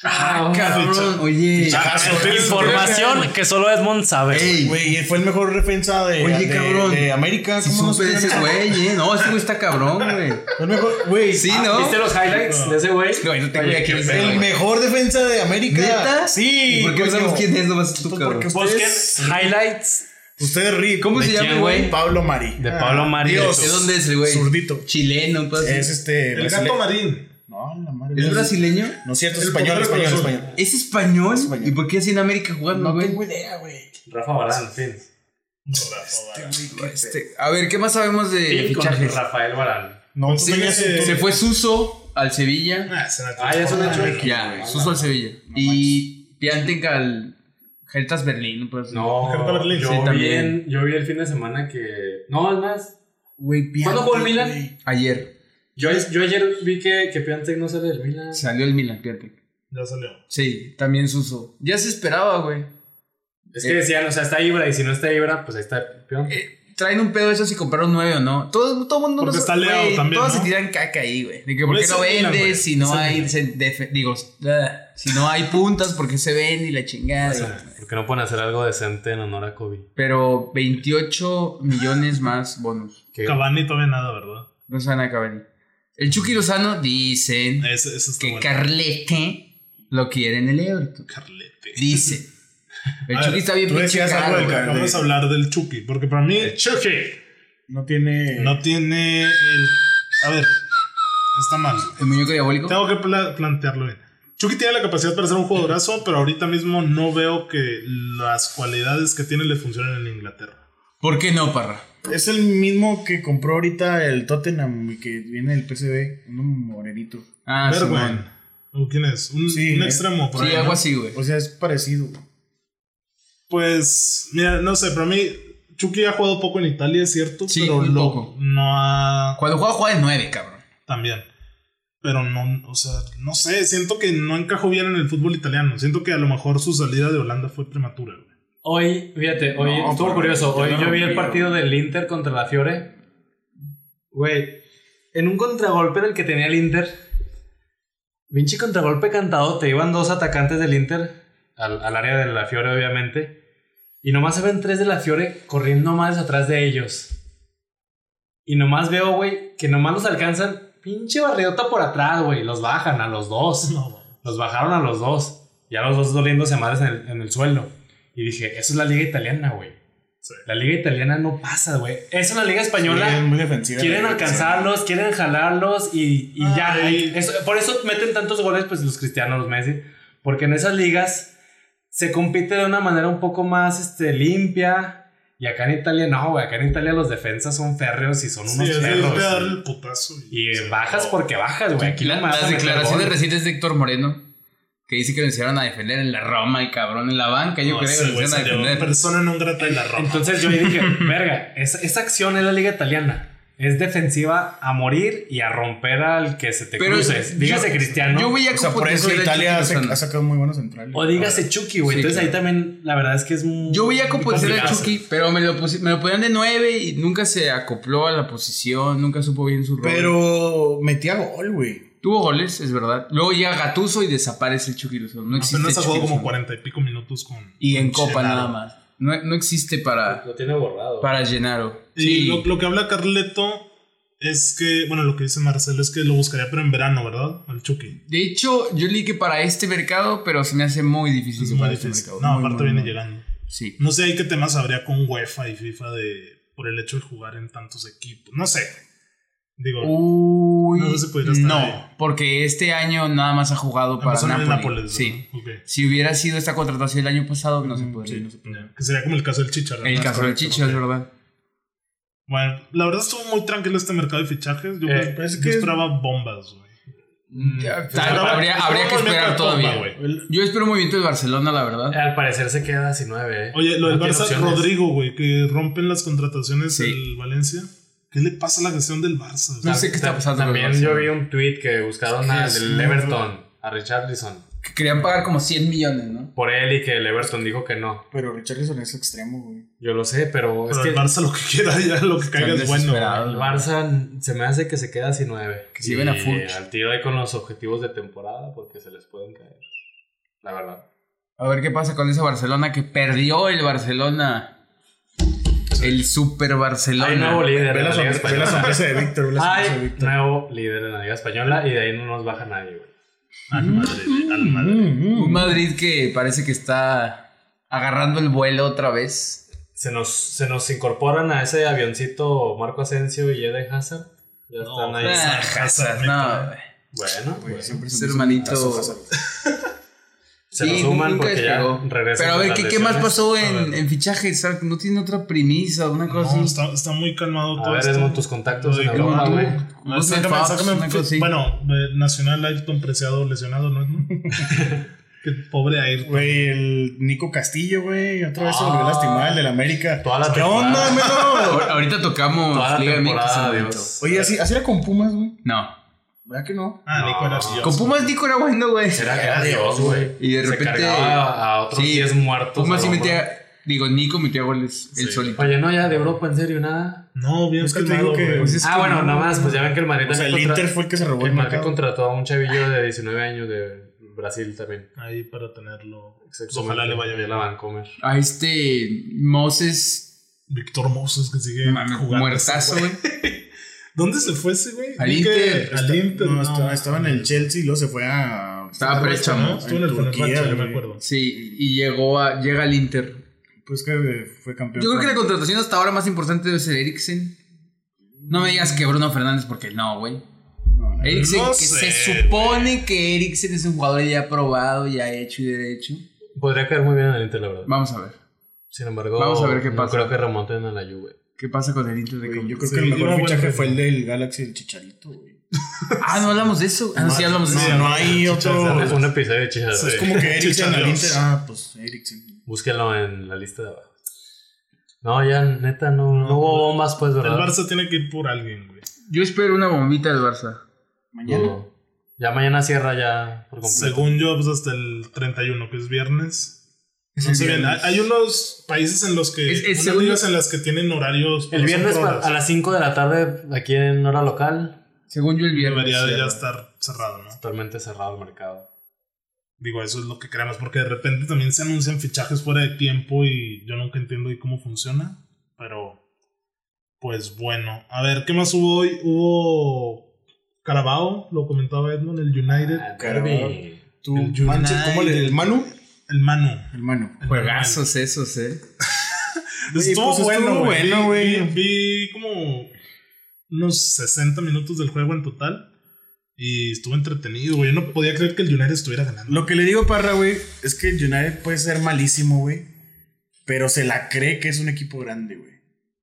B: Ah,
A: ficha-
B: Oye.
A: Fichajazo,
D: Ah,
A: tienes-
E: Información que solo Edmond sabe.
B: Ey,
C: Güey, fue el mejor defensa de,
B: Oye,
C: de-
B: cabrón.
C: de América.
B: si
C: ¿cómo no
B: supe de
C: supieron
B: ese
C: eso?
B: güey, eh. No, ese güey está cabrón, güey.
C: Fue el mejor, güey.
B: Sí,
C: ah,
B: ¿no?
D: ¿Viste los highlights de ese güey?
B: Güey, no tengo idea quién es.
C: El
B: güey.
C: mejor defensa de América.
B: ¿Neta?
C: Sí.
B: ¿Y por qué no
C: coño.
B: sabemos quién es nomás tú,
C: Pues
B: cabrón?
C: porque
A: Pues,
C: ustedes,
E: Highlights.
C: ustedes ríen.
B: ¿Cómo
D: ¿De
B: se llama,
D: quién,
B: güey?
D: güey?
C: Pablo Mari. Ah,
D: De Pablo Mari.
C: Dios.
B: ¿De dónde es el güey?
C: Zurdito.
B: Chileno, un pedo así.
C: Es este.
A: El
C: brasile-
A: gato marín.
C: No, la madre.
B: ¿Es brasileño?
C: No es cierto, es
A: El
C: español,
A: portero
C: español,
A: Cruz Azul.
C: español.
B: ¿Es español?
C: español.
B: ¿Y por qué así en América jugando,
C: No
B: güey?
C: tengo idea, güey.
D: Rafa Barán, fin.
B: Este, a ver, ¿qué más sabemos de
D: Fin con
B: fichajes?
D: Rafael Barán.
C: No,
A: Sí,
C: tú tenías-
A: ese-
B: Se fue Suso al Sevilla.
A: Ah, se la
D: Ah, ya es un hecho.
A: transforma, güey.
B: Ya, Suso al Sevilla. Y Piantek al Hertas Berlín. Pues.
D: No,
A: Carta Berlín.
D: yo,
B: Sí,
D: vi
B: también.
D: en- yo vi el fin de semana que. No, es más.
B: Güey, Piantek,
D: ¿Cuándo jugó el Milan?
B: güey. Ayer.
D: Yo, yo ayer vi que, que Piantek no sale del Milan.
B: Salió el Milan, Piantek.
A: Ya salió.
B: Sí, también Suso. Ya se esperaba, güey.
D: Es que decían, o sea, está Ibra y si no está Ibra, pues ahí está Pion.
B: Eh, traen un pedo eso si compraron nueve o no. Todo, todo mundo
A: Porque
B: nos-
A: está Leao
B: güey,
A: también,
B: Todos
A: ¿no?
B: se tiran caca ahí, güey. De que por
A: Pero
B: qué
A: es
B: no
A: el Milan, güey.
B: vendes si no
A: Es el
B: hay.
A: Milan.
B: se- defe- digo, ah, si no hay puntas, ¿por qué se vende y la chingada?
D: Porque no pueden hacer algo decente en honor a Kobe.
B: Pero 28 millones más bonus.
D: Que-
A: Cavani todavía nada, ¿verdad?
B: No se van a acabar. El Chucky Lozano dicen
A: Ese, ese está
B: que
A: bueno.
B: Carlete lo quiere en el Everton.
A: Carlete.
B: Dicen.
A: <laughs>
B: El
A: A ver,
B: Chucky está bien
C: tú decías
B: pinche
C: algo
B: caro,
C: del
B: güey.
C: Carlete.
A: Vamos a hablar del Chucky, porque para mí
D: El
C: No tiene.
A: no tiene el... A ver, está mal.
B: El muñeco diabólico.
A: Tengo que pla- plantearlo bien. Chucky tiene la capacidad para ser un jugadorazo, pero ahorita mismo no veo que las cualidades que tiene le funcionen en Inglaterra.
B: ¿Por qué no, Parra?
C: Es el mismo que compró ahorita el Tottenham y que viene del PCB. Un morenito.
B: Ah,
A: Bergwijn.
B: Simón.
A: ¿O ¿Quién es? Un,
C: Sí,
A: un
C: eh.
A: extremo. por
B: Sí,
A: ahí, ¿no?
B: algo así, güey.
C: O sea, es parecido. güey.
A: Pues, mira, no sé, para mí, Chucky ha jugado poco en Italia, es cierto,
B: Sí,
A: pero
B: muy
A: lo-
B: poco.
A: no ha.
B: Cuando juega, juega de 9, cabrón.
A: También. Pero no, o sea, no sé, siento que no encajó bien en el fútbol italiano. Siento que a lo mejor su salida de Holanda fue prematura, güey.
D: Hoy, fíjate, hoy
C: No,
D: estuvo
C: por-
D: curioso.
C: yo
D: Hoy
C: no
D: yo
C: lo
D: vi el
C: vi,
D: partido del Inter contra la Fiore. Güey, en un contragolpe del que tenía el Inter. Vinci contragolpe cantado. Te iban dos atacantes del Inter al, al área de la Fiore, obviamente. Y nomás se ven tres de la Fiore corriendo más atrás de ellos. Y nomás veo, güey, que nomás los alcanzan. Pinche barriota por atrás, güey. Los bajan a los dos. Los bajaron a los dos. Ya los dos doliéndose madres en el, en el suelo. Y dije, eso es la liga italiana, güey. La liga italiana no pasa, güey. Eso es la liga
C: Sí, es
D: española.
C: muy defensiva.
D: quieren
C: güey.
D: alcanzarlos, quieren jalarlos y, y ya.
A: Ay.
D: Eso- por eso meten tantos goles, pues los cristianos, los Messi. Porque en esas ligas se compite de una manera un poco más este, limpia. Y acá en Italia, no, güey. Acá en Italia los defensas son férreos y son
A: Sí,
D: unos
A: es de irte a dar
D: perros.
A: el putazo.
D: Y
A: o sea,
D: bajas
A: no.
D: porque bajas, güey. Aquí
B: La-
D: no me vas a
B: las
D: meter
B: declaraciones
D: gol.
B: recientes de Héctor Moreno, que dice que lo enseñaron a defender en la Roma, el cabrón, en la banca, yo
A: No,
B: creo
A: ese
B: que lo
A: güey
B: enseñaron a
A: salió
B: defender.
A: Persona no grata en la ropa.
D: Entonces yo ahí dije, verga, esa, esa acción es la liga italiana. Es defensiva a morir y a romper al que se te cruces. Dígase
B: yo-
D: Cristiano.
B: Yo veía
C: O sea,
B: con
C: por eso
B: potencial al
C: Italia
B: Chucky
C: se-
B: Lozano.
C: ha sacado muy buenos centrales.
D: o dígase Chucky, güey.
B: Sí,
D: Entonces ahí
B: claro.
D: también la verdad es que es muy...
B: Yo veía con potencial al
D: complicado.
B: Chucky, pero me lo, pusi- me lo ponían de 9 y nunca se acopló a la posición, nunca supo bien su rol.
C: Pero metía gol, güey.
B: Tuvo goles, es verdad. Luego llega Gatuso y desaparece el Chucky Lozano. No existe
A: Apenas ha
B: Chucky
A: jugado como
B: Lozano.
A: cuarenta y pico minutos con.
B: Y en
A: con
B: Copa
A: Gennaro.
B: nada más. No, no existe para,
D: Lo tiene borrado.
B: para Gennaro.
A: Y
B: Sí.
A: lo, lo que habla Carleto es que, bueno, lo que dice Marcelo es que lo buscaría, pero en verano, ¿verdad? Al Chucky.
B: De hecho, yo leí que para este mercado, pero se me hace muy difícil
A: Es
B: que
A: muy
B: para este
A: difícil.
B: mercado.
A: No,
B: Muy,
A: aparte
B: muy,
A: viene
B: muy.
A: llegando.
B: Sí.
A: No sé ahí qué temas habría con UEFA y FIFA de por el hecho de jugar en tantos equipos. No sé. Digo,
B: Uh, Uy,
A: No sé si pudiera estar
B: no,
A: ahí.
B: porque este año nada más ha jugado para
A: empezó en
B: Napoli.
A: el Nápoles.
B: sí.
A: ¿no? Ok. Mm,
B: Si hubiera sido esta contratación el año pasado, no se podría.
A: Sí, no sé, ya. Que sería como el caso del Chicharro.
B: el
A: ¿no?
B: caso del
A: Correcto,
B: Chicho,
A: ok.
B: es verdad.
A: Bueno, la verdad estuvo muy tranquilo este mercado de fichajes. Yo,
D: Eh,
A: pues,
C: es que-
A: yo esperaba bombas, güey.
B: Tal-
A: Mm. Pero,
B: habría
A: pero
B: habría
A: un
B: que
A: movimiento
B: esperar
A: de Pogba,
B: todavía.
A: güey.
C: El-
B: Yo espero un movimiento del Barcelona, la verdad.
D: Al parecer se queda sin nueve. ¿eh?
A: Oye, lo
D: No
A: del
D: tiene
A: Barça,
D: opciones.
A: Rodrigo, güey, que rompen las contrataciones
B: Sí.
A: del Valencia. ¿Qué le pasa a la gestión del Barça? güey?
B: No sé qué está pasando con el
D: También yo
B: Barcelona.
D: vi un tweet que buscaron al del Everton, a Richarlison,
B: Que querían pagar como 100 millones, ¿no?
D: por él y que el Everton dijo que no.
C: Pero Richardson es extremo, güey.
D: Yo lo sé, pero,
A: Pero
D: es que
A: el Barça lo que quiera, ya lo que caiga es bueno. güey.
D: el Barça se me hace que se queda sin nueve.
B: Que lleven a
D: Y
B: Furch.
D: Al tiro ahí con los objetivos de temporada porque se les pueden caer. La verdad.
B: A ver qué pasa con ese Barcelona que perdió el Barcelona. El Super
D: Hay nuevo
B: Barcelona.
D: líder
C: Ve
D: en la
C: la
D: Liga
C: sonrisa ve
D: Española.
C: la sonrisa de Víctor, ve la sonrisa de
D: Hay
C: Víctor.
D: nuevo líder en la Liga Española y de ahí no nos baja nadie, güey.
A: Al Madrid, güey, al Madrid.
B: Un Madrid que parece que está agarrando el vuelo otra vez.
D: Se nos, se nos incorporan a ese avioncito Marco Asensio y Eden Hazard. Ya
A: No,
D: están ahí.
B: Ah,
A: Hazard,
B: no, güey.
D: Bueno,
C: Güey,
D: pues,
C: siempre
B: ese
C: se me hizo
B: hermanito-
C: un caso, Hazard.
D: se
B: Sí,
D: nos suman
B: nunca
D: porque ya
B: despegó.
D: regresan.
B: Pero a ver,
D: las
B: ¿qué, qué más
D: lesiones.
B: pasó
A: A
B: en,
A: ver.
B: en fichajes? ¿Sabe? ¿No tiene otra premisa? ¿Una
A: No,
B: cosa así?
A: está, está muy calmado
D: A
A: todo
D: ver,
A: esto.
D: Edmond, tus contactos
A: Lo
D: en
A: de
D: Europa,
A: Cavani.
D: güey.
A: A ver, sácame-
B: Fox,
A: sácame un
B: una
A: fi-
B: cosa así.
A: Bueno, eh, Nacional Ayrton Preciado lesionado, ¿no? <laughs> Qué pobre Ayrton.
C: Güey, el Nico Castillo, güey. Otra vez se volvió a
D: Ah.
C: lastimar, el del América.
D: Toda la
C: ¿Qué
D: temporada.
C: onda, melo?
B: Ahor- Ahorita
D: Toda
B: tocamos
D: la
B: Liga MX en
D: temporada,
B: un momento.
D: Dios.
C: Oye, así, así era con Pumas, güey.
B: No.
C: ¿Verdad que no?
A: Ah,
D: No.
A: Nico era así.
B: Con Pumas Nico era bueno, güey.
D: Era, era Dios, güey.
B: Y de
D: Se
B: repente-
D: cargaba a otros
B: Sí,
D: 10 muertos.
B: Pumas sí
D: al hombro.
B: metía. Digo, Nico metía goles él
A: Sí.
B: solito.
D: Oye, no, ya de Europa, en serio, nada.
A: No, bien
C: Es que te
A: calmado,
C: digo que-
A: güey.
C: pues es-
D: Ah,
C: que
D: bueno,
C: no.
D: nada más, pues ya ven que el Madrid
C: O sea, el
D: también contra-
C: Inter fue el que se robó
D: el
C: el
D: Madrid
C: mercado.
D: contrató a un chavillo de 19 años de Brasil también.
A: Ahí para tenerlo. Pues
D: Exacto.
A: ojalá le vaya bien.
D: la Vancomer.
B: A este Moses,
A: Víctor Moses que sigue
B: mames,
A: jugando.
B: muertazo, güey.
A: ¿Dónde se fue ese güey?
B: Al
A: Vi que-
B: Inter.
A: Al Inter.
C: No, estaba, estaba en el Chelsea y luego se fue a.
B: Estaba préstamo.
A: ¿no? Estuvo en el
C: Turquía,
A: Fenerbahce, yo me
C: güey.
A: acuerdo.
B: Sí, y llegó a, llega al Inter.
C: Pues que eh, fue campeón.
B: Yo creo que la
C: con-
B: contratación hasta ahora más importante debe ser Eriksen. No me digas que Bruno Fernández, porque no, güey.
C: No, la-
B: Eriksen,
A: No
B: que
A: sé,
B: se supone que Eriksen es un jugador ya probado, ya hecho y derecho.
D: Podría caer muy bien en el Inter, la verdad.
B: Vamos a ver.
D: Sin embargo,
B: Vamos a ver qué
D: no
B: pasa.
D: creo que remonten a la Juve.
B: ¿Qué pasa con el Inter de
C: güey,
B: Campos?
C: yo creo
A: Sí,
C: que el
A: iba
C: mejor
A: bueno,
C: fichaje
A: pero-
C: fue el del Galaxy del Chicharito, güey.
B: Ah, no hablamos de eso. Ah, no, sí hablamos de
A: no,
B: eso.
A: no.
C: hay
A: Chicharito.
D: Es un episodio de Chicharito.
A: Sí.
C: Es como que Eriksen al
A: Chicharos.
C: Inter. Ah, pues Eriksen.
D: Búsquenlo en la lista de abajo. No, ya, neta, no, no, hubo bombas, pues,
A: El
D: ¿verdad?
A: Barça tiene que ir por alguien, güey.
B: Yo espero una bombita del Barça.
C: Mañana.
D: No. Ya mañana cierra ya por completo.
A: Según yo, pues hasta el 31, que es viernes.
B: Es
A: No
B: el
A: sé bien,
B: viernes.
A: hay hay unos países en los que.
B: Es- es
A: unas
B: según-
A: ligas en las que tienen horarios.
D: El viernes pa- a
A: a
D: las 5 de la tarde, aquí en hora local,
B: Según yo el viernes.
A: Debería de ya
B: cierra.
A: estar cerrado, ¿no?
D: totalmente cerrado el mercado.
A: Digo, eso es lo que queremos, porque de repente también se anuncian fichajes fuera de tiempo y yo nunca entiendo ahí cómo funciona. Pero. Pues bueno. A ver, ¿qué más hubo hoy? Hubo. Carabao, lo comentaba Edmond, el United.
D: Ah,
C: Carabao.
D: Derby.
C: Tú,
A: El United.
C: Manche, ¿cómo le el Manu?
A: El Manu.
C: El Manu.
B: Juegazos esos, eh.
A: Estuvo
C: pues,
A: bueno,
C: estuvo
A: güey.
C: bueno,
A: Vi-
C: güey.
A: Vi, vi como unos 60 minutos del juego en total. Y estuvo entretenido, güey. Yo no podía creer que el United estuviera ganando.
C: Lo que le digo a Parra, güey, es que el United puede ser malísimo, güey. Pero se la cree que es un equipo grande, güey.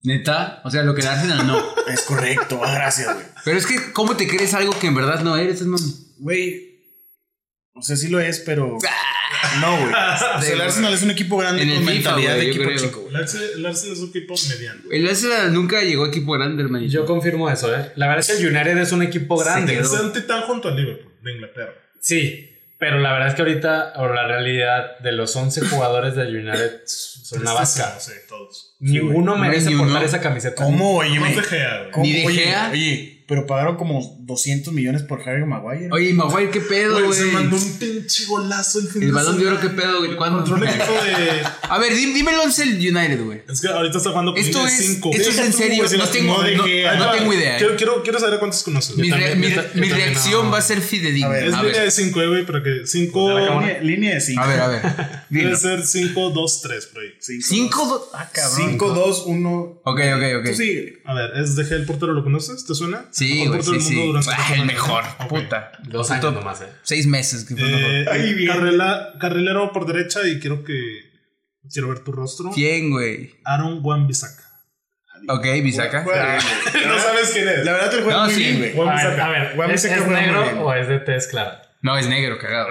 B: Neta, o sea, lo que le hacen a no.
C: Es correcto, <laughs> ah, gracias, güey.
B: Pero es que, ¿cómo te crees algo que en verdad no eres, hermano?
C: Güey, o sea, sí lo es, pero. No,
B: <laughs>
C: güey. O sea, el Arsenal es un equipo
B: Ah.
C: grande
B: En el
C: con
B: FIFA,
C: mentalidad
B: güey,
C: de
B: yo
C: equipo
B: creo.
C: chico, güey.
A: El Arsenal, el Arsenal es un equipo mediano.
B: El Arsenal nunca llegó a equipo grande, hermano.
D: Yo confirmo eso, ¿eh? La verdad es que el United es un equipo grande.
B: quedó.
A: Es un titán junto al Liverpool de Inglaterra.
D: Sí, pero la verdad es que ahorita, o la realidad de los 11 jugadores del United son una vasca.
A: No sé, todos.
D: Ninguno
B: No
D: merece
B: hay ni
D: portar
B: uno.
D: esa camiseta.
C: ¿Cómo, oye?
A: No
C: me-
A: te jea, güey.
C: ¿Cómo?
B: Ni De
C: Oye,
B: Gea.
C: oye, pero pagaron como 200 millones por Harry Maguire.
B: Oye, y Maguire, ¿qué pedo,
A: Güey, Se mandó
B: güey?
A: un pinche golazo el fin
B: El
A: de
B: balón de oro,
A: semana,
B: ¿qué pedo, güey? ¿Cuándo?
A: Contra un equipo de.
B: A ver, dime, dime el once del United, güey.
A: Es que ahorita está jugando con
B: Esto
A: línea
B: es,
A: de cinco,
B: esto es
A: güey.
B: en serio,
A: Pues,
B: no tengo,
A: de
B: no,
A: Gea.
B: no
A: Ah,
B: tengo idea.
A: Quiero,
B: eh.
A: quiero, quiero saber a cuántos conoces.
B: Mi,
A: güey.
B: re-
D: también-
B: mi- mi
D: yo ta- yo también
B: reacción
D: no.
B: va a ser fidedigna.
C: A ver,
A: Es
B: A
A: línea
B: ver,
A: de 5, güey, pero que 5.
D: Pues, de la cámara.
C: Línea, línea de 5.
B: a ver, a ver.
A: <laughs> Debe
B: Dilo.
A: ser 5, 2, 3 por ahí.
B: 5 do- Ah, cabrón.
C: 5, 2, 1.
B: Ok, ok, ok.
C: Tú sigue.
A: A ver, es de el portero, ¿lo conoces? ¿Te suena?
B: Sí,
A: Mejor
B: güey,
A: portero
B: sí,
A: del mundo
B: sí.
A: durante
B: Ah,
A: cuatro
B: el
A: años,
B: mejor,
A: ¿no? Ok.
B: puta.
D: Dos
B: Puto-
D: años nomás, ¿eh?
B: Seis meses que
A: <laughs>
B: fue
A: Eh,
C: Ahí viene.
A: carrela- carrilero por derecha y quiero que. Quiero ver tu rostro.
B: ¿Quién, güey?
A: Aaron Wan Bissaka.
B: Ok, Bisaca.
C: Juega bien,
A: <laughs>
C: güey.
A: No sabes quién es.
C: La verdad te juega
B: Ah. No,
C: muy
B: sí,
C: bien,
B: güey.
C: güey.
D: A
C: Juan
D: ver,
C: Bisaca.
D: a ver,
C: Juan
D: ¿es,
C: Bisaca
D: es
C: juega muy bien.
D: negro o es de tez clara?
B: No, es negro, cagado.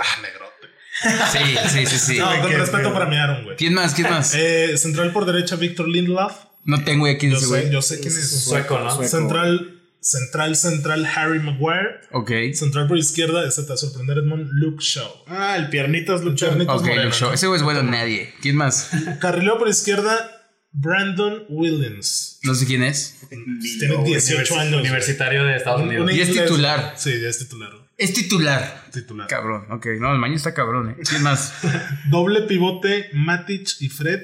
B: Sí, sí, sí, sí.
A: Ah, No, con
C: qué
A: respeto
C: pedo.
A: para mearon, güey.
B: ¿Quién más? ¿Quién más?
A: Eh, central por derecha, Víctor Lindelof.
B: No tengo idea quién
A: Yo
B: es ese
A: sé,
B: güey.
A: yo sé quién es.
D: Sueco, ¿no?
C: Sueco.
A: Central, central, central, Harry Maguire.
B: Ok.
A: Central por izquierda, ese te va a sorprender, Edmond, Luke Shaw.
C: Ah, el piernitas luchador.
A: Piernitas
B: Ok,
A: Moreno,
B: Luke Shaw.
A: ¿no?
B: Ese güey es bueno, nadie. ¿Quién más?
A: Carrilero por izquierda, Brandon Williams.
B: No sé quién es.
A: Tiene 18
D: Universi-
A: años.
D: Universitario de Estados
A: Un- un
D: Unidos.
B: Y es
A: inglés.
B: titular.
A: Sí, ya es titular.
B: Es titular.
A: titular.
B: Cabrón. Ok, no, el mañana está cabrón, ¿eh? ¿Quién más?
A: Doble pivote, Matic y Fred.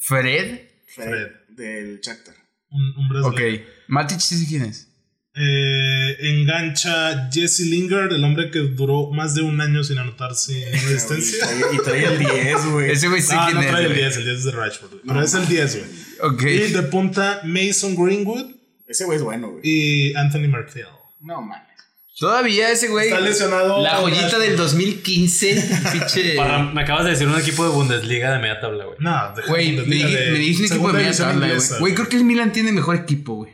B: ¿Fred?
A: Fred.
C: Del Shakhtar.
A: Un, un brasileño.
B: Ok. Matic, sí sé quién es.
A: Eh, engancha Jesse Lingard, el hombre que duró más de un año sin anotar sin
C: <laughs>
A: resistencia.
C: Y trae el 10, güey.
B: Ese güey sé
A: Ah,
B: quién
A: no
B: es.
A: trae el
B: güey.
A: 10, el 10 es de Rashford. güey. Pero es el 10, güey. Y
B: Ok.
A: de punta Mason Greenwood
C: Ese güey es bueno, güey.
A: y Anthony Martial.
C: No mames.
B: Todavía ese güey.
A: Está lesionado.
B: La joyita
A: <laughs>
B: del 2015. Pinche.
D: Parra, me acabas de decir un equipo de Bundesliga de media tabla, güey.
A: No, deja
B: Güey,
A: de-
B: me,
A: de-
B: di- me dijiste un equipo
A: segunda
B: de media
A: división
B: tabla, güey.
A: inglesa,
B: Güey, creo que el Milan tiene mejor equipo, güey.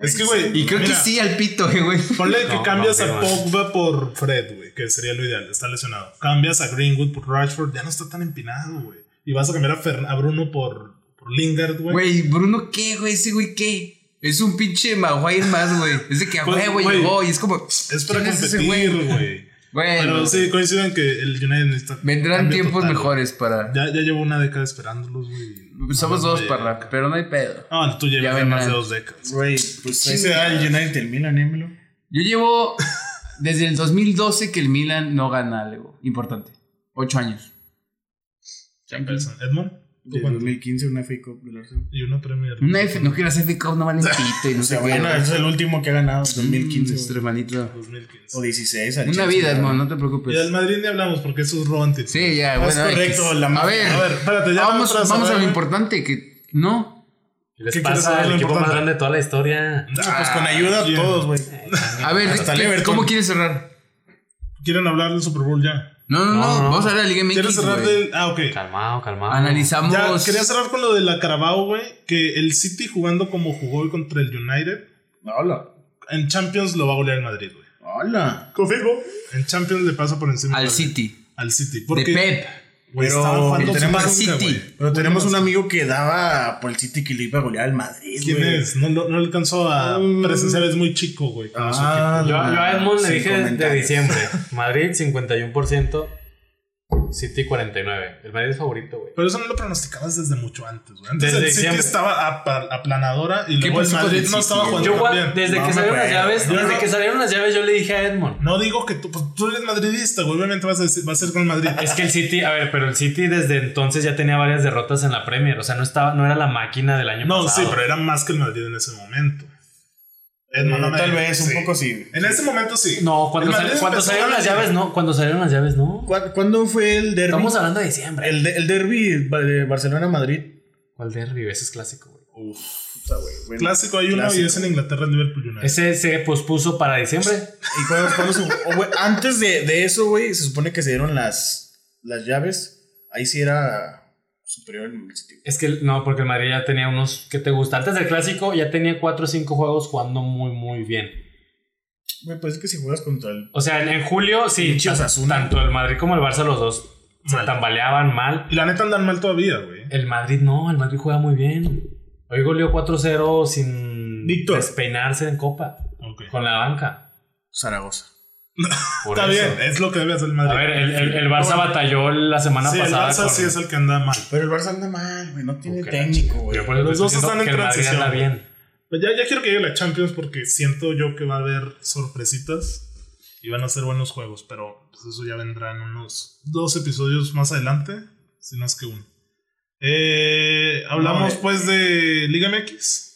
A: Es que, güey.
B: Y creo que
A: mira,
B: sí al pito, eh, güey.
A: Ponle que
D: No,
A: cambias
D: no,
A: a
D: pero-
A: Pogba por Fred, güey, que sería lo ideal, está lesionado. Cambias a Greenwood por Rashford, ya no está tan empinado, güey. Y vas a cambiar a, Fern- a Bruno por, por Lingard, güey.
B: Güey, Bruno, ¿qué, güey? Ese güey, ¿qué? Es un pinche Maguire más, güey. Es de que a
A: Pues,
B: huevo
A: güey,
B: llegó y es como.
A: Es para
B: ¿quién ese
A: competir,
B: güey?
A: güey.
B: Bueno, pues,
A: Pero sí, coinciden que el United necesita.
B: vendrán
A: cambio
B: tiempos
A: total,
B: mejores para.
A: güey. Ya, ya llevo una década esperándolos, güey.
B: Somos
A: No,
B: dos,
A: no,
B: Parra, pero no hay pedo.
A: No, no, tú llevas ya
B: vendrán.
A: más de dos décadas.
C: Güey, pues ahí se da el United y el Milan, ¿eh? émelo.
B: Yo llevo desde el 2012 que el Milan no gana algo importante. Ocho años.
A: Person. Edmond, ¿tú
C: Del
A: cuánto?
C: 2015, una FA Cup del Arsenal.
A: Y una Premier.
B: Una F, no quieras F Cup, no valen pito y
C: <laughs>
B: no
C: O
B: sé
C: sea,
B: qué.
C: bueno, ese es el último que ha ganado,
B: Mm,
C: 2015.
B: nuestro
C: güey.
B: hermanito.
A: 2015.
C: O 16. al
B: Una
C: Chelsea,
B: vida,
C: güey.
B: hermano, no te
A: Y del
B: preocupes.
A: Madrid ni hablamos porque eso es roban títulos.
B: pues. Sí, ya,
C: No
B: bueno.
C: es correcto,
B: X.
C: la
B: a
C: mafia.
B: ver,
A: A ver, espérate, ya
B: vamos,
A: para
B: vamos a lo
A: cerrar,
B: importante, que no.
D: Les
A: ¿Qué quieres
D: pasa
A: saber
D: el
A: lo
D: equipo más
A: importante?
D: grande de toda la historia.
C: No, pues con ayuda a
A: Ah, bien.
C: todos, güey.
B: A ver,
C: Hasta
B: ¿qué-
C: Leverton.
B: ¿cómo quieres cerrar?
A: ¿Quieren hablar del Super Bowl ya?
B: No, no, no,
D: No, no.
B: vamos a ver la Liga MX.
A: ¿Quieres cerrar
B: güey.
A: del.? Ah, ok.
D: Calmado, calmado.
B: Analizamos.
A: Ya, quería cerrar con lo de la Carabao, güey. Que el City jugando como jugó hoy contra el United,
C: Hola.
A: en Champions lo va a golear el Madrid, güey.
C: Hola.
A: Confirmo. En Champions le pasa por encima.
B: al
A: Madrid.
B: City.
A: Al City.
B: De
A: Porque
B: Pep.
A: güey,
C: Pero
A: estaban jugando
C: tenemos
A: su banca,
B: City.
A: güey.
C: Pero tenemos un amigo que daba por el City que le iba a golear al Madrid, güey. mm.
A: ¿Quién es? No, no, no alcanzó a presenciar, es muy chico, güey. con su
C: Ah,
D: Yo, yo a Edmond le
C: sin
D: dije de
C: comentarios.
D: diciembre. <laughs> Madrid 51%, City 49%. El Madrid es favorito, güey.
A: Pero eso no lo pronosticabas desde mucho antes, güey. Antes
D: Desde
A: el City
D: diciembre.
A: estaba apa- aplanadora y
B: ¿Qué
A: luego el
B: pasó con
A: Madrid
B: el
A: no
B: City,
A: estaba
B: güey?
A: jugando
D: Yo,
A: tan
D: gua-
A: bien.
D: desde
C: No
D: que
C: me
D: salieron las
C: acuerdo.
D: llaves,
A: Yo
D: desde
A: no-
D: que salieron las llaves, yo le dije a Edmond.
A: No digo que tú, pues, tú eres madridista, güey. Obviamente vas a decir, va a ser con el Madrid.
D: Es que el City, a ver, pero el City desde entonces ya tenía varias derrotas en la Premier. O sea, no estaba, no era la máquina del año
A: No, sí,
D: pasado.
A: pero era más que el Madrid en ese momento. Edmond, no me
C: Mm, Tal
A: digas,
C: vez, un
A: sí.
C: poco Eh, sí.
A: En ese momento sí.
D: No, cuando,
A: El
D: sal-
A: Madrid
D: cuando
A: empezó
D: salieron
A: a
D: las
A: ganar.
D: llaves, no. Cuando salieron las llaves, no.
C: ¿Cuá- ¿Cuándo fue el derby?
D: Estamos hablando de diciembre.
C: El, de- el derby de Barcelona-Madrid.
D: ¿Cuál derby? Ese es clásico, güey.
C: Puta, güey, güey.
A: Clásico hay uno y
C: Clásico.
A: es en Inglaterra, en Liverpool United.
D: Ese se pospuso para diciembre.
C: ¿Y cuándo, cuándo se jugó? Oh, güey, antes de, de eso, güey, se supone que se dieron las, las llaves. Ahí sí era superior el City. güey.
D: Es que no, porque el Madrid ya tenía unos que te gusta. Antes del clásico ya tenía 4 o 5 juegos jugando muy, muy bien.
C: Güey, pues es que si juegas contra el.
D: O sea, en, en julio sí,
C: Pinche
D: o sea,
C: Osasuna.
D: tanto el Madrid como el Barça, los dos se
A: Mal.
D: tambaleaban mal.
A: Y la neta andan mal todavía, güey.
D: El Madrid no, el Madrid juega muy bien. Hoy goleó 4-0 sin
A: Víctor.
D: despeinarse en Copa,
A: Ok.
D: con la banca.
C: Zaragoza.
D: Por
A: Está
D: eso.
A: bien, es lo que debe hacer el
D: A
A: Madrid.
D: ver, el, el- el Barça batalló la semana
A: sí, el
D: pasada.
A: Barça
D: con-
A: sí es el que anda mal.
C: Pero el Barça anda mal, güey. No tiene
D: Ok.
C: técnico, güey.
D: Yo por eso
A: Los
D: estoy
A: dos
D: diciendo
A: están en
D: que el Madrid
A: transición.
D: anda bien.
A: Pues ya, ya quiero que llegue la Champions porque siento yo que va a haber sorpresitas y van a ser buenos juegos, pero pues eso ya vendrá en unos dos episodios más adelante, si no es que uno. Eh, hablamos
C: No, eh.
A: pues de Liga MX.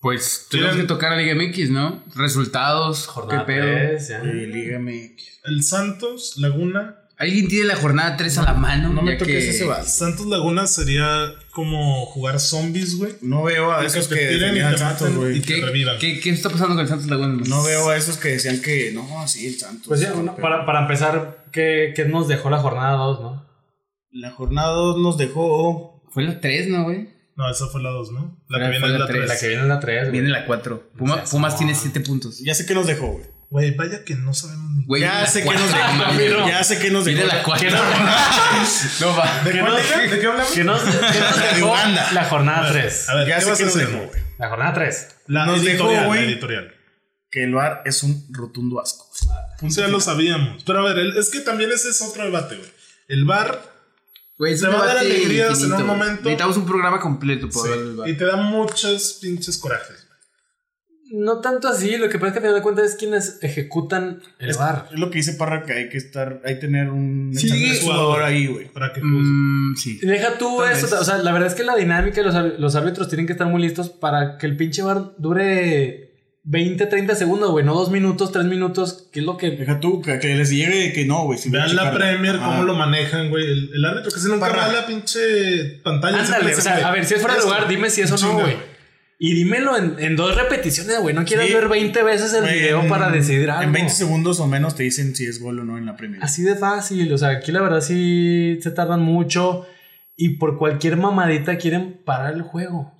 B: Pues tenemos
A: Tienen-
B: que tocar a Liga MX, ¿no? Resultados,
D: Jornada
B: qué pedo.
D: tres, ya.
C: Güey, Liga MX.
A: El Santos Laguna.
B: ¿Alguien tiene la jornada 3 a la mano?
C: No me
B: Ya
C: toques
B: que-
C: ese
A: El
C: vas.
A: Santos Laguna sería como jugar zombies, güey.
C: No veo a
A: De
C: esos
A: que
C: que
A: te tiren y
C: defendían
A: te
C: al Santos,
A: maten
C: güey.
A: y-
B: ¿Qué,
A: Que revivan.
B: qué, qué está pasando con el Santos Laguna?
C: No veo a esos que decían que no, sí, el Santos.
D: Pues ya, bueno, para, para empezar, ¿qué, qué nos dejó la jornada 2, no?
C: La jornada 2 nos dejó.
B: Fue la 3, ¿no, güey?
A: No, esa fue la 2, ¿no? La
B: Fue-
A: que viene
B: fue
A: es
B: la
A: la
B: tres,
D: La
A: 3.
D: que viene es la 3,
B: Viene la 4.
D: O sea,
B: Pumas
D: no.
B: tiene 7 puntos.
C: Ya sé que nos dejó, güey.
A: Güey, vaya que no sabemos ni.
B: Güey,
C: Ya
B: la
C: sé que
B: cuatro,
C: nos
B: <laughs> no mames.
C: dejó. Ya sé que nos dejó.
B: Viene la 4.
A: <laughs>
B: No va.
C: ¿De
D: ¿Qué
C: cuál
D: no?
C: era? ¿De qué hablamos?
D: Que nos, que nos
C: De
D: dejó
C: Uganda.
D: la jornada
A: A
D: 3.
A: ver,
C: Ya
A: ¿qué
C: sé
A: vas
C: que
A: a
C: nos
A: hacer?
C: dejó, güey.
D: La jornada 3.
A: La
C: Nos dejó,
A: editorial, la
C: güey.
A: editorial.
C: Que el VAR es un rotundo asco.
A: O sea, lo sabíamos. Pero a ver, el- es que también ese es otro debate, güey. El bar
B: Güey, es
A: Te
B: un
A: va a dar
B: debate
A: alegrías en
B: infinito,
A: un
B: güey.
A: momento.
B: Necesitamos un programa completo para
A: sí,
B: hablar del VAR.
A: y te da muchos pinches corajes. güey.
D: No tanto así, lo que pasa es que te das cuenta es quienes ejecutan el
C: es,
D: bar.
C: es lo que dice Parra que hay que estar, hay que tener un
B: Sí,
C: examen jugador ahí, güey.
A: Para que juzgue.
B: Mm, sí.
D: Deja tú
C: Tal
D: eso,
C: vez.
D: o sea, la verdad es que la dinámica, los, ar- los árbitros tienen que estar muy listos para que el pinche bar dure 20, 30 segundos, güey, no dos minutos, tres minutos, que es lo que...
C: Deja tú, que, que les llegue que no, güey. si voy a
A: pues, Vean la
C: checarlo.
A: Premier, cómo
C: Ah.
A: lo manejan, güey. El, el árbitro que se nunca
C: Parra.
A: ve la pinche pantalla.
D: Ándale, o sea, a ver, si es fuera de lugar, dime si eso no, güey. Y dímelo en, en dos repeticiones, güey, no quieras
C: Sí.
D: ver 20 veces el
C: Güey,
D: video
C: en-
D: para decidir algo.
C: En 20 segundos o menos te dicen si es gol o no en la Premier.
D: Así de fácil, o sea, aquí la verdad sí se tardan mucho y por cualquier mamadita quieren parar el juego.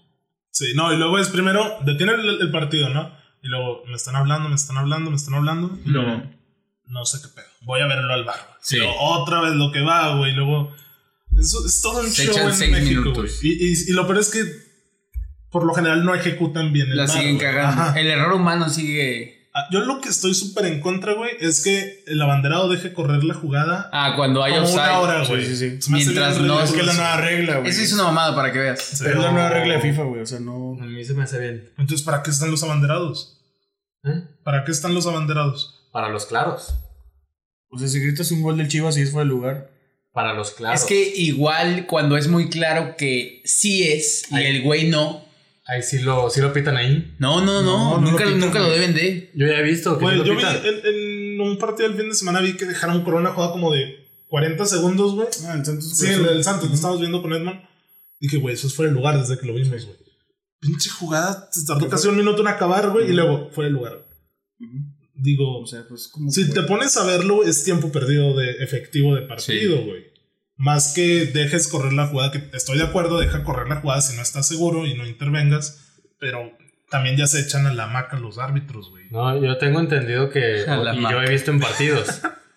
A: Sí, no, y luego es primero, detiene el, el partido, ¿no? Y luego, me están hablando, me están hablando, me están hablando. Y luego, no sé qué pedo. Voy a verlo al bar. güey.
B: Sí.
A: Luego, otra vez lo que va, güey. Luego, eso es todo un
B: Se
A: show
B: echan
A: en
B: seis
A: México,
B: minutos.
A: güey. Y, y- y lo peor es que, por lo general, no ejecutan bien el
B: La
A: VAR,
B: siguen
A: güey.
B: cagando.
A: Ajá.
B: El error humano sigue.
A: Ah, Yo lo que estoy súper en contra, güey, es que el abanderado deje correr la jugada
B: Ah, cuando hay
A: como una
B: offside.
A: hora, güey.
C: Sí, sí, sí.
A: Se me hace
B: Mientras
A: bien
B: no,
C: es que es
A: ridículo
C: la nueva
A: eso.
C: regla, güey.
B: Eso es una mamada para que veas.
C: Pero es la nueva
D: Pero-
C: regla de FIFA, güey. O sea, no.
D: A mí se me hace bien.
A: Entonces, ¿para qué están los abanderados?
D: ¿Eh?
A: ¿Para qué están los abanderados?
D: Para los claros.
C: O sea, si gritas un gol del Chivas y es fuera de lugar.
D: Para los claros.
B: Es que igual cuando es muy claro que sí es y
D: Ahí.
B: el güey no.
D: Ahí sí lo, sí lo pitan ahí.
B: No, no, no.
C: No, no
B: nunca
C: lo
B: lo,
C: pitan,
B: nunca lo
C: güey.
B: deben de.
D: Yo ya he visto que sí
A: Güey,
D: lo
A: yo vi
D: pitan.
A: en, en un partido el fin de semana vi que dejaron correr una jugada como de 40 segundos, güey.
C: Ah, entonces.
A: Sí, el, el Santos, lo estábamos viendo con Edman. Dije, güey, eso es fuera de lugar desde que lo vimos, güey. Pinche jugada, se tardó casi un minuto en acabar, güey, y luego fuera de lugar.
C: Ujú.
A: Digo,
C: O sea, pues como.
A: si
C: que,
A: te
C: güey,
A: pones a verlo, es tiempo perdido de efectivo de partido, güey. Más que dejes correr la jugada, que estoy de acuerdo, deja correr la jugada si no estás seguro y no intervengas, pero también ya se echan a la maca los árbitros, güey.
D: No, yo tengo entendido que.
B: A la
D: y yo
B: maca.
D: he visto en <laughs> partidos.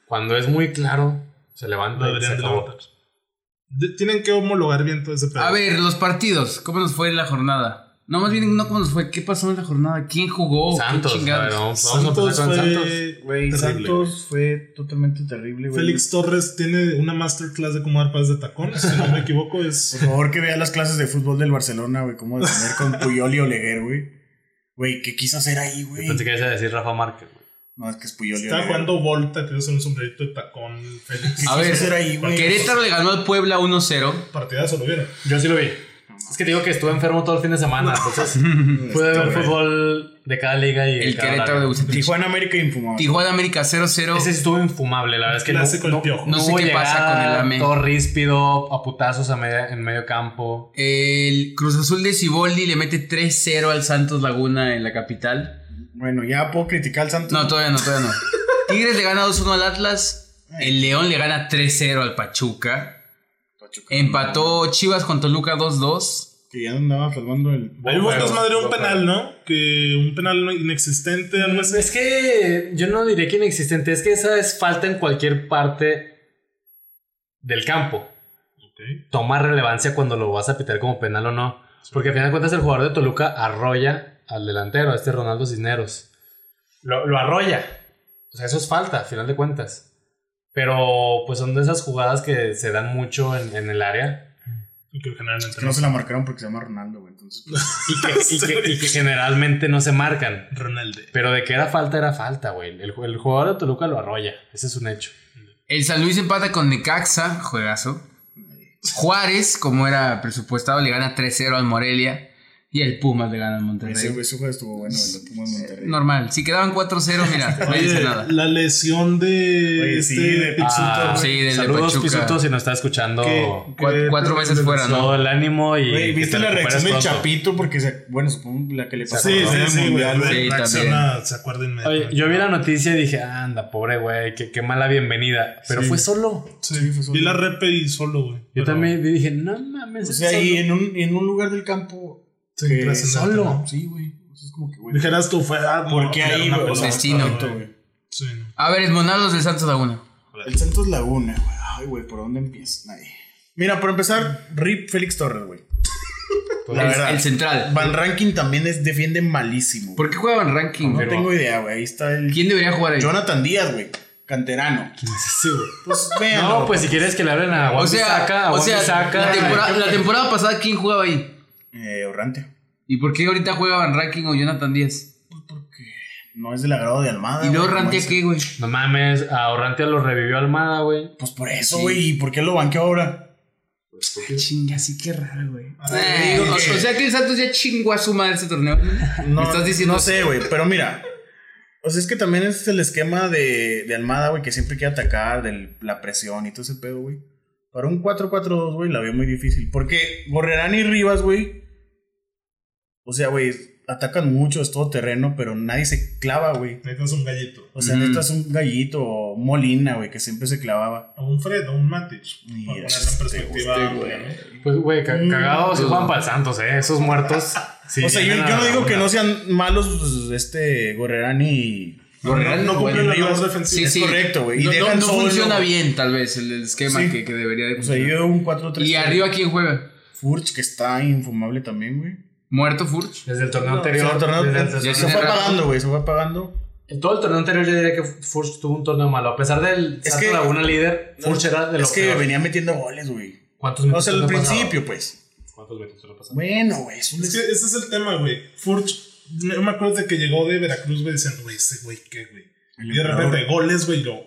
D: cuando es muy claro, se levanta y se
A: deberían de
D: acabó.
A: levantar. De- Tienen que homologar bien todo ese pedo.
B: A ver, los partidos. ¿Cómo nos fue en la jornada? No, más bien, no cómo nos fue. ¿Qué pasó en la jornada? ¿Quién jugó? ¿Qué
D: Santos. a
B: chingados?
D: ver, vamos,
A: Santos
D: vamos a empezar
A: fue
D: con Santos.
C: Güey,
A: terrible,
C: Santos fue totalmente terrible,
A: güey.
C: güey.
A: Félix Torres tiene una masterclass de cómo dar pases de tacón, si no me equivoco
C: <laughs> Por
A: es...
C: favor, que vea las clases de fútbol del Barcelona, güey. Cómo defender con Puyol y Oleguer, güey. Güey, ¿qué quiso hacer ahí, güey?
D: Yo Pensé que ibas a decir Rafa Márquez. güey.
C: No, es que es Puyol y
A: Está
C: Oleguer.
A: jugando Volta, que es un sombrerito de tacón, Félix.
B: A
C: ¿Qué
B: ver,
C: quiso hacer ahí, güey?
B: Querétaro le ganó al Puebla 1-0.
A: Partidazo, ¿lo vieron?
D: Yo sí lo vi. Es que te digo que estuve enfermo todo el fin de semana. Entonces, <laughs> pude ver fútbol de cada liga y. de
B: El
D: cada
B: Querétaro de
D: horario.
B: Bucetich.
C: Tijuana América infumable.
B: Tijuana América
D: Ese
B: 0-0.
D: sí estuvo infumable, la verdad es que
A: Clásico el
D: no, no,
A: piojo.
B: No sé
D: hubo
B: qué pasa
D: llegada,
B: con el AME.
D: Todo ríspido, a putazos a media- en medio campo.
B: El Cruz Azul de Ciboldi le mete 3-0 al Santos Laguna en la capital.
C: Bueno, ya puedo criticar al Santos.
B: No, todavía no, todavía
D: <laughs>
B: no. Tigres le gana 2-1 al Atlas. El León le gana 3-0 al Pachuca.
C: Pachuca.
B: Empató Chivas con Toluca 2-2.
C: Que ya andaba salvando el.
A: Ahí hubo un
D: Pero-
A: desmadre de un
D: pero-
A: penal, ¿no? Que un penal inexistente, algo así.
D: Es que yo no diría que inexistente, es que esa es falta en cualquier parte del campo.
A: Ok.
D: Toma relevancia cuando lo vas a pitar como penal o no. Porque al final de cuentas el jugador de Toluca arrolla al delantero, a este Ronaldo Cisneros. Lo, lo arrolla. O sea, eso es falta, al final de cuentas. Pero pues son de esas jugadas que se dan mucho en- en el área.
A: Y que generalmente
C: Que no se la marcaron porque se llama Ronaldo, güey. Entonces, pues,
D: y que, y que- y que generalmente no se marcan.
A: Ronaldo.
D: Pero de que era falta, era falta, güey. El, el jugador de Toluca lo arrolla. Ese es un hecho.
B: El San Luis empata con Necaxa, juegazo. Juárez, como era presupuestado, le gana 3-0 al Morelia. Y el Pumas le gana al
C: Ese,
B: Monterrey.
C: ese juego estuvo bueno, el Puma Monterrey.
B: Normal. Si quedaban 4-0, mira, no dice
A: Oye,
B: nada.
A: la lesión de
C: Oye,
A: este
C: sí, de
A: Pizzuto,
D: Ah,
A: güey,
B: Sí, del de
D: Saludos,
B: Pachuca.
D: Pisuto, si nos está escuchando.
A: que-
B: Cua-
A: que-
B: cuatro veces fuera, ¿no?
D: Todo el ánimo y.
C: Güey,
D: que
C: ¿viste
D: te
C: la
D: recuperes
C: reacción del
D: pronto.
C: Chapito? Porque, se- bueno, supongo la que le pasó.
A: Sí,
C: ¿no?
A: sí, sí, güey.
C: Mundial,
A: Albert
B: Sí,
A: reacciona, se acuerda
D: Oye,
A: inmediatamente.
D: yo vi la noticia y dije, anda, pobre güey, qué, qué mala bienvenida. Pero
A: Sí.
D: fue solo.
A: Sí,
C: Sí, fue solo.
A: vi la repe y solo, güey.
D: Yo
A: pero
D: también dije, no mames.
C: O
D: es
C: sea,
D: solo".
C: <laughs> y en un, en un lugar del campo.
A: Sí,
C: que-
A: trascendente,
D: solo.
A: ¿no?
C: Sí, güey. O sea, es como que, güey.
A: Dijeras tú, fue ah,
C: ¿Por
A: no,
C: qué
A: era
C: ahí,
A: una
C: güey? O sea,
A: pelota,
B: Destino.
A: güey.
C: güey.
A: Sí, no.
B: A ver, Esmonados de Santos a una.
C: El Santos Laguna, güey. Ay, güey, ¿por dónde empieza? Ay. Mira, para empezar, Rip Félix Torres, güey. La
B: el,
C: verdad.
B: el central.
C: Van Ranking también es, defiende malísimo. güey.
B: ¿Por qué juegan ranking?
C: No
B: güey?
C: tengo idea, güey. Ahí está el.
B: ¿Quién debería jugar ahí?
C: Jonathan Díaz, güey. Canterano.
B: <laughs>
C: Pues vean.
D: No, pues si quieres que le hablen a Juan
B: O sea,
D: Bisaca,
B: o
D: o
B: sea la, temporada, la temporada pasada, ¿quién jugaba ahí?
C: Eh, Orrante.
B: ¿Y por qué ahorita juega Van Ranking o Jonathan Díaz?
C: No es del agrado de Almada.
B: ¿Y luego
C: güey,
B: Rantia
C: ¿cómo es?
B: qué, güey?
D: No mames, a Orrantia lo revivió Almada, güey.
C: Pues por eso,
B: Sí.
C: güey. ¿Y por qué lo banqueó ahora?
B: Chinga, sí, qué raro, güey.
C: te digo
B: o,
C: que-
B: Eh, o sea que el Santos ya chingó a su madre este torneo. No, ¿Me estás diciendo?
C: No sé, güey. Pero mira. O sea, es que también es el esquema de, de Almada, güey, que siempre quiere atacar, de la presión y todo ese pedo, güey. Para un 4-4-2, güey, la veo muy difícil. Porque Gorrerán y Rivas, güey. O sea, güey, atacan mucho, es todo terreno, pero nadie se clava, güey.
A: Necesitas un gallito.
C: O sea,
B: Mm.
C: necesitas un gallito o un molina, güey, que siempre se clavaba.
A: O un Fred, o un Matic.
C: Y
A: Para ponerlo en
C: este,
A: perspectiva.
C: este,
A: amplia,
C: güey.
A: ¿no?
D: Pues, güey, ca-
C: Mm.
D: cagados se juegan para el Santos, ¿eh? Esos
C: <laughs>
D: muertos. sí
C: o sea, yo,
D: llegan a
C: yo no
D: la
C: digo que
D: laguna.
C: no sean malos pues, este Gorrerán y.
B: Gorrerán,
A: No, no cumple
B: bueno,
A: la
C: yo-
A: labor
B: Sí,
A: defensiva.
B: sí.
C: correcto, güey. Y
B: No, no-
C: dejan
B: no
C: solo,
B: funciona
C: güey.
B: bien, tal vez, el el esquema
C: Sí.
B: que, que debería de
C: O sea,
B: funcionar.
C: yo un 4-3.
B: ¿Y arriba quién juega?
C: Furch, que está infumable también, güey.
B: ¿Muerto Furch?
D: Desde el torneo
C: No,
D: anterior.
C: se, torneo-
D: desde el-
C: se
B: ya
C: fue
B: tiene rato.
C: apagando, güey. Se fue apagando.
D: En todo el torneo anterior yo diría que Furch tuvo un torneo malo. A pesar del
C: Es
D: Santos
C: que-
D: Laguna líder,
C: No,
D: Furch era de los
C: Es que venía metiendo goles, güey.
D: ¿Cuántos
C: O
D: minutos
C: sea, al
D: le pasaba?
C: principio, pues.
D: ¿Cuántos minutos le pasaba?
C: Bueno, güey. Es un
A: Es que ese es el tema, güey. Furch, yo me acuerdo de que llegó de Veracruz, güey, diciendo, güey, ese güey, ¿qué, güey? Y de repente, goles, güey, y lo...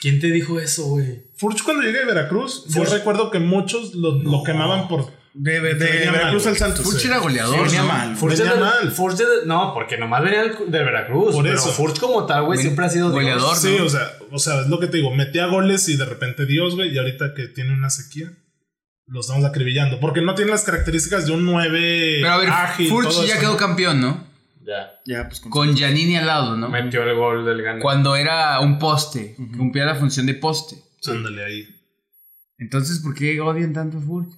D: ¿Quién te dijo eso, güey?
A: Furch cuando llega de Veracruz, yo
C: Furch-
A: recuerdo que muchos lo, lo quemaban por...
C: De, de, de
A: Venía
C: Veracruz
A: mal,
C: al Santos.
B: Furch
C: Sí.
B: era goleador,
C: Sí, venía
B: ¿no?
C: mal. güey.
D: Furch
A: Venía
D: era-
A: mal.
D: Furch era- no, porque nomás venía del, del Veracruz.
A: Por
D: pero
A: eso.
D: Furch como tal, güey,
B: Ven-
D: siempre ha sido Dios.
B: goleador.
A: Sí,
B: ¿no?
A: o sea, o sea, es lo que te digo, metía goles y de repente Dios, güey, y ahorita que tiene una sequía, lo estamos acribillando. Porque no tiene las características de un 9
B: Pero a ver,
A: ágil, todo
B: Furch ya
A: eso,
B: quedó
A: ¿no?
B: campeón, ¿no?
D: Ya.
C: Ya, pues con.
B: Con Giannini al lado, ¿no?
D: Metió el gol del gane.
B: Cuando era un poste,
C: Ujú.
B: cumplía la función de poste.
A: Ándale ahí.
B: Entonces, ¿por qué odian tanto a Furch?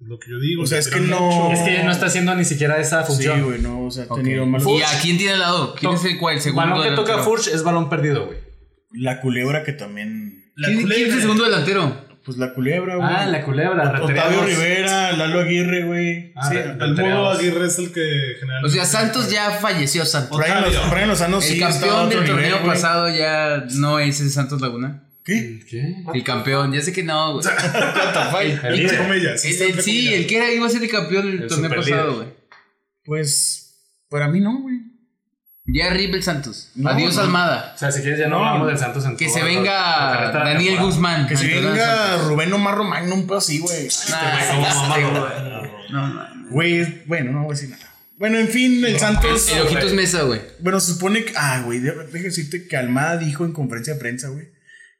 A: Es lo que yo digo.
C: O sea,
A: le
C: es que
A: tiran
C: no-
A: mucho.
D: Es que ya no está haciendo ni siquiera esa
C: Sí,
D: función.
C: güey, no. O sea, ha
B: Ok.
C: tenido malos.
B: ¿Y a quién tiene al lado? ¿Quién
D: To-
B: es el cual? El segundo
D: balón que toca
B: delantero?
D: Furch es balón perdido, güey.
C: La culebra que también.
A: La
B: ¿Quién, quién es el
A: culebra.
B: segundo delantero?
C: Pues la culebra, güey.
D: Ah, la culebra.
C: Octavio Rivera, Lalo Aguirre, güey.
D: Ah,
C: sí,
D: re-
A: El modo
D: Entregados.
A: Aguirre es el que generalmente.
B: O sea, Santos ya falleció, Santos.
C: Brian,
A: Octavio.
C: Brian Lozano
B: El
C: Oh, sí está a
B: campeón
C: otro
B: del torneo
C: nivel, güey.
B: pasado ya no es ese Santos Laguna.
C: ¿Qué?
D: ¿Qué?
B: El campeón, ya sé que no, güey.
A: Entre
D: líder.
A: comillas.
B: El-
A: está
B: el-
A: entre
B: sí,
A: comillas.
B: el que era iba a ser el campeón del
D: El
B: torneo
D: superlíder.
B: pasado, güey.
C: Pues para mí no, güey.
B: Ya rip el Santos.
C: No,
B: Adiós
C: no.
B: Almada.
D: O sea, si quieres ya no,
C: No,
D: hablamos del Santos en
B: Que
D: todo
B: se
D: el- lo que
B: venga
D: resta de la
B: Daniel
D: temporada.
B: Guzmán.
C: Que si
B: Entonces,
C: venga Rubén Omar Román, un pedo así, güey.
B: Nah,
D: Como
B: ya sé,
D: mamá,
B: güey. No, no.
C: Güey, bueno, no voy a decir nada. Bueno, en fin, el Santos.
B: El ojitos mesa, güey.
C: Bueno, se supone que. Ah, güey, de- déjame decirte que Almada dijo en conferencia de prensa, güey,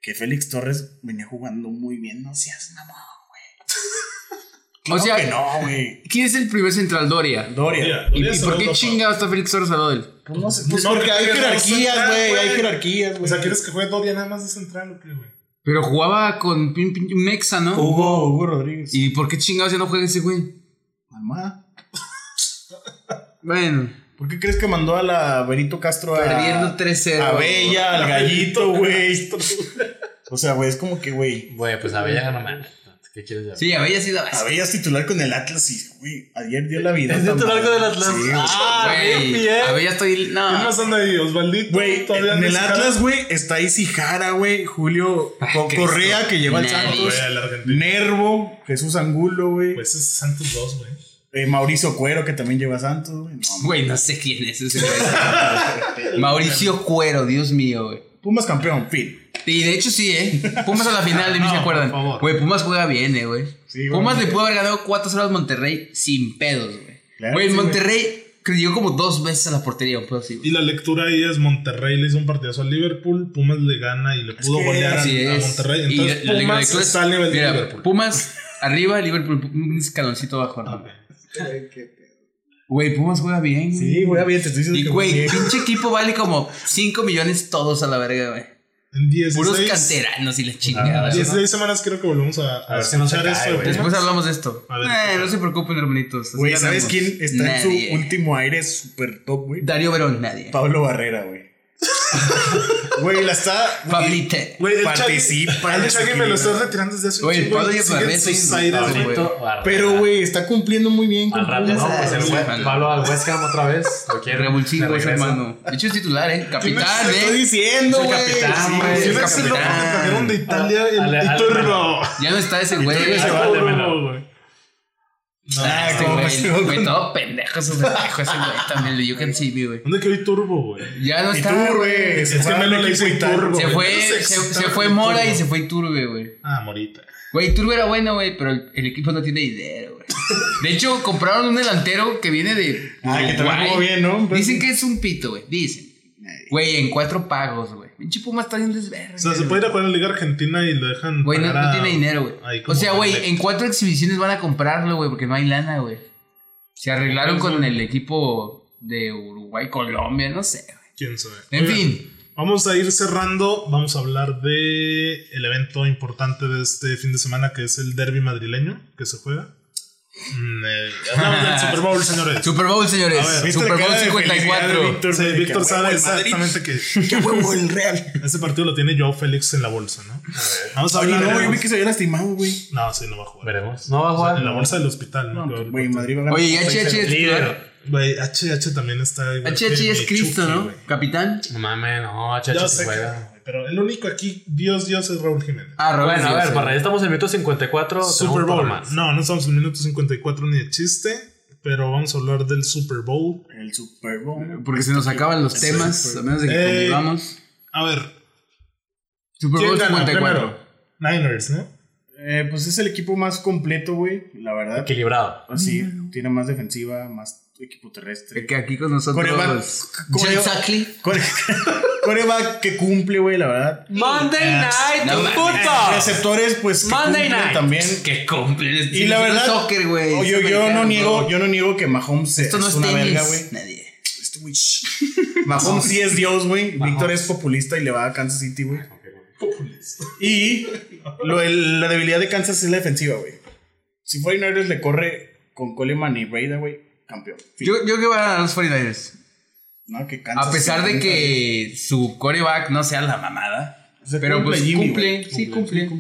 C: que Félix Torres venía jugando muy bien. No seas mamón, güey.
B: O
C: Claro
B: sea,
C: que no, güey.
B: ¿quién es el primer central? Doria.
C: Doria.
A: Mira,
B: ¿Y,
A: Doria
B: y
A: se
B: por
A: va a
B: qué
A: Europa.
B: chingado está Félix Torres al lado del?
C: Pues no sé, pues
A: No,
C: porque hay
A: porque
C: jerarquías,
A: no son
C: Ah, güey.
A: tan,
C: Hay
A: güey.
C: jerarquías, güey.
A: O sea, ¿quieres que juegue Doria nada más de central o qué, güey?
B: Pero jugaba con pin- pin- Mexa, ¿no?
C: Hugo, Hugo Rodríguez.
B: ¿Y por qué chingados ya no juega ese güey?
C: Almada.
B: Bueno,
C: ¿Por qué crees que mandó a la Berito Castro a.
A: Ah,
B: perdiendo 3-0.
C: A Bella, al gallito, güey. O sea, güey, es como que, güey.
D: Güey, pues a Bella no mames. ¿Qué quieres ya?
B: Sí, a Bella sí daba.
C: A Bella es titular con el Atlas y, güey, ayer dio la vida.
D: ¿Es
C: tan
D: titular
C: mal.
D: con el Atlas?
C: Sí, güey.
D: Ah,
B: Güey, a Bella estoy.
A: ¿Quién
B: No.
A: más anda ahí? Osvaldito.
C: Güey,
A: todavía
C: en
A: no
C: el
A: se
C: Atlas,
A: acaba.
C: güey, está Isi Jara, güey, Julio Co-
B: Cristo.
C: Correa, que llegó al
B: Nadie.
C: Santos,
A: Güey, el argentino.
C: Nervo, Jesús Angulo, güey,
A: Pues es Santos 2, güey.
C: eh, Mauricio Cuero, que también lleva a Santos, güey. No,
B: Güey, no sé quién es ese
A: <laughs>
B: güey. Mauricio Cuero, Dios mío, güey.
C: Pumas campeón, fin.
B: Y de hecho sí, ¿eh? Pumas a la final, de mí
A: No,
B: se acuerdan.
A: por favor.
B: Güey, Pumas juega bien, ¿eh, güey.
C: Sí, güey.
B: Pumas le pudo haber ganado 4 0 al Monterrey sin pedos, güey.
C: Claro,
B: Güey,
C: sí,
B: Monterrey creyó como dos veces a la portería, un pedo así, güey.
A: Y la lectura ahí es Monterrey le hizo un partidazo al Liverpool, Pumas le gana y le pudo
C: que
A: golear a,
B: Así
A: a
B: es.
A: Monterrey.
B: Y
A: Entonces
B: la- la- la
A: Pumas
B: lectura es-
A: está al nivel
B: mira,
A: de Liverpool. Ah,
B: Pumas arriba, Liverpool un escaloncito abajo. ¿no? Güey, Pumas juega bien.
C: Sí, güey, bien, te estoy diciendo
B: Y
C: que
B: güey, <laughs>
C: muy bien.
B: pinche equipo vale como 5 millones todos a la verga, güey.
A: En 16,
B: Puros canteranos y la chingada.
D: Ah,
B: ¿no?
A: 16 semanas creo que volvemos a,
D: A ver si no se
A: escuchar
D: cae,
A: de
D: güey.
A: Pumas.
B: Después hablamos de esto.
A: A ver,
B: Eh, no se preocupen, hermanitos. así
C: Güey,
B: ganamos.
C: ¿sabes quién está
B: Nadie.
C: en su último aire super top, güey?
B: Darío Verón, nadie.
C: Pablo Barrera,
B: <laughs>
C: güey. Güey, la está.
B: Pablita.
A: Güey, el
C: Participa
A: Chagui-
C: en
A: al
C: la
A: Chagui me
C: actividad.
A: lo estás retirando desde hace un
B: Güey,
A: chingo y
B: Pablo ya
A: sigue en
B: parece
A: sus
B: insultado,
A: aires, güey.
D: Pablito Barrera.
C: Pero, güey, está cumpliendo muy bien.
D: Al
C: con
D: rato,
C: Pumas.
D: no, pues el
B: Sí,
D: güey-
B: Pablo.
D: Pablo al West Ham otra vez. Lo quiere.
B: Rebulchingo
D: de
B: ese
D: regreso.
B: hermano. De hecho es titular, eh.
C: ¿Qué me
B: Capitán,
C: estoy
B: eh.
C: diciendo,
D: Soy
C: güey?
D: capitán,
C: Sí,
D: güey.
C: güey,
A: Sí,
D: Soy
A: me hace loco que
B: capitán.
A: trajeron de Italia el
D: Ale- Ale-
A: Iturbo.
B: Ya no está ese güey.
D: Iturbe se va.
A: Iturbo,
D: Démelo.
A: güey.
B: Ah,
C: Ah,
B: este
C: ¿cómo
B: güey,
C: me estoy
B: güey,
C: con-
B: todo pendejo ese pendejo ese güey también, el de You Can See Me, güey.
A: ¿Dónde quedó Iturbo, güey?
B: Ya no
C: Y
B: está,
C: tú, güey.
A: Es que Melo le dice Iturbo.
B: Se
A: güey.
B: fue,
A: No sé
B: se,
A: qué
B: se
A: está
B: fue
A: con
B: Mora y
A: Iturbo.
B: se fue Iturbe, güey.
A: Ah, Morita.
B: Güey, Iturbe era bueno, güey, pero el, el equipo no tiene dinero, güey. De hecho, compraron un delantero que viene de
C: Ah, que también
B: Uruguay.
C: jugó bien, ¿no? Pero-
B: Dicen que es un pito, güey. Dicen. Güey, en cuatro pagos, güey. Pinche Puma está bien desverga.
A: O sea, se puede ir a jugar a la Liga Argentina y lo dejan.
B: Güey, no,
A: pagar
B: no
A: a-
B: tiene dinero, güey.
A: ahí como
B: O sea, güey,
A: de-
B: en cuatro exhibiciones van a comprarlo, güey, porque no hay lana, güey. Se arreglaron con el equipo de Uruguay, Colombia, no sé, güey.
A: Quién sabe.
B: En
A: Oigan,
B: fin,
A: Vamos a ir cerrando. Vamos a hablar de el evento importante de este fin de semana, que es el derby madrileño que se juega. Mm,
C: <laughs>
A: eh, hablamos del Super Bowl, señores.
B: Super Bowl, señores.
A: A ver,
C: ¿Viste
B: Super
C: la
B: Bowl
C: cara de felicidad de
B: 54.
C: Víctor,
A: Sí,
C: güey?
A: Víctor
C: Que
A: sabe
C: huevo el Madrid.
A: exactamente que
C: ¡Qué huevo el Real!
A: ese partido lo tiene Joao Félix en la bolsa, ¿no? Vamos a
C: Oye,
A: hablar.
C: no,
A: de-
C: yo vi que se había lastimado, güey.
A: No, sí, no va a jugar.
D: Veremos. No va a jugar.
A: En la bolsa del hospital, ¿no? Que va a
C: pues, Güey, Madrid va a ganar.
B: Oye, ya HH es titular.
D: Líder.
A: Güey, HH también está igual que
B: HH es
A: mi
B: Cristo,
A: Chucky,
B: ¿no?
A: güey.
B: Capitán.
D: No mames, no,
A: Ya
D: chacho,
A: sé
D: se
A: que-
D: juega.
A: pero el único aquí, Dios, Dios, es Raúl Jiménez.
B: Ah, Raúl.
D: Bueno, a
B: Díaz,
D: ver,
B: eh.
D: para ya estamos en el minuto 54.
A: Super
D: tenemos para
A: Bowl.
D: más.
A: No, no estamos en el minuto 54 ni de chiste, pero vamos a hablar del Super Bowl.
C: El Super Bowl.
B: Porque se nos acaban los
C: pues.
B: temas, a menos de que
A: Eh,
B: convivamos.
A: A ver,
B: Super
A: ¿quién
B: Bowl
A: gana
B: 54.
A: primero? Niners, ¿no?
C: Eh, pues es el equipo más completo, güey. La verdad.
D: Equilibrado.
C: Así, tiene más defensiva, más equipo terrestre.
B: El Que aquí con nosotros.
C: Coreback.
B: Jet
C: Coreback.
B: Sackley. <laughs>
C: Core- Coreback que cumple, güey, la verdad.
E: Monday Night
B: No mames.
C: Receptores, pues. que
E: Monday
C: cumplen
E: night.
C: También.
B: Que cumple.
C: Y la verdad.
B: Soccer, güey.
C: Oye,
B: Es
C: yo,
B: americano.
C: no niego, yo no niego que Mahomes
B: Esto no
C: es,
B: es
C: una
B: tenis.
C: verga, güey.
B: Nadie.
C: Este güey, shh. Mahomes sí es Dios, güey. Víctor es populista y le va a Kansas City, güey. Y lo- el- la debilidad de Kansas es la defensiva, güey. Si 49ers le corre con Coleman y Breda, güey, campeón. Fin.
B: Yo, yo creo que van a ganar los 49ers.
C: No, que Kansas
B: A pesar
C: City
B: de
C: cumple.
B: que su coreback no sea la mamada.
C: O sea,
B: Pero pues
C: Jimmy,
B: cumple.
C: güey.
B: Sí, cumple.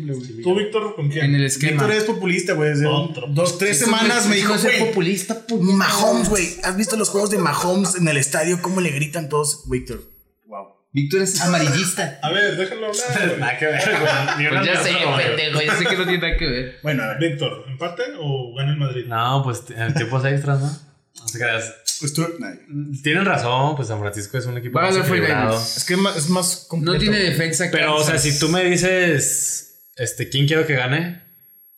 A: ¿Tú, Víctor, con quién?
B: En el esquema.
C: Víctor es populista, güey. Desde
A: Otro.
C: dos, tres semanas me dijo,
B: ser
C: güey,
B: populista.
C: Mahomes, güey. ¿Has visto los juegos de Mahomes en el estadio? ¿Cómo le gritan todos? Víctor, wow.
B: Víctor
A: <laughs>
B: es amarillista.
A: A ver, déjalo
B: <laughs>
A: hablar. güey.
D: Nada que ver, güey. Ni
B: Pues
D: una ni
B: ya sé,
D: otra, güey.
B: pendejo. Ya sé que no tiene nada que ver.
C: Bueno, a ver.
A: Víctor, ¿empate o gana el Madrid?
D: No, pues t- eh, tiempos extras, ¿no? No se creas.
C: Pues tú- nadie.
D: Tienen razón, pues San Francisco es un equipo
B: Va a
D: más
B: ganar
D: equilibrado.
B: 49ers.
C: Es que es más, es más completo.
B: No tiene
C: güey.
B: defensa.
D: Pero, o sea,
B: Kansas.
D: si tú me dices, este, ¿quién quiero que gane?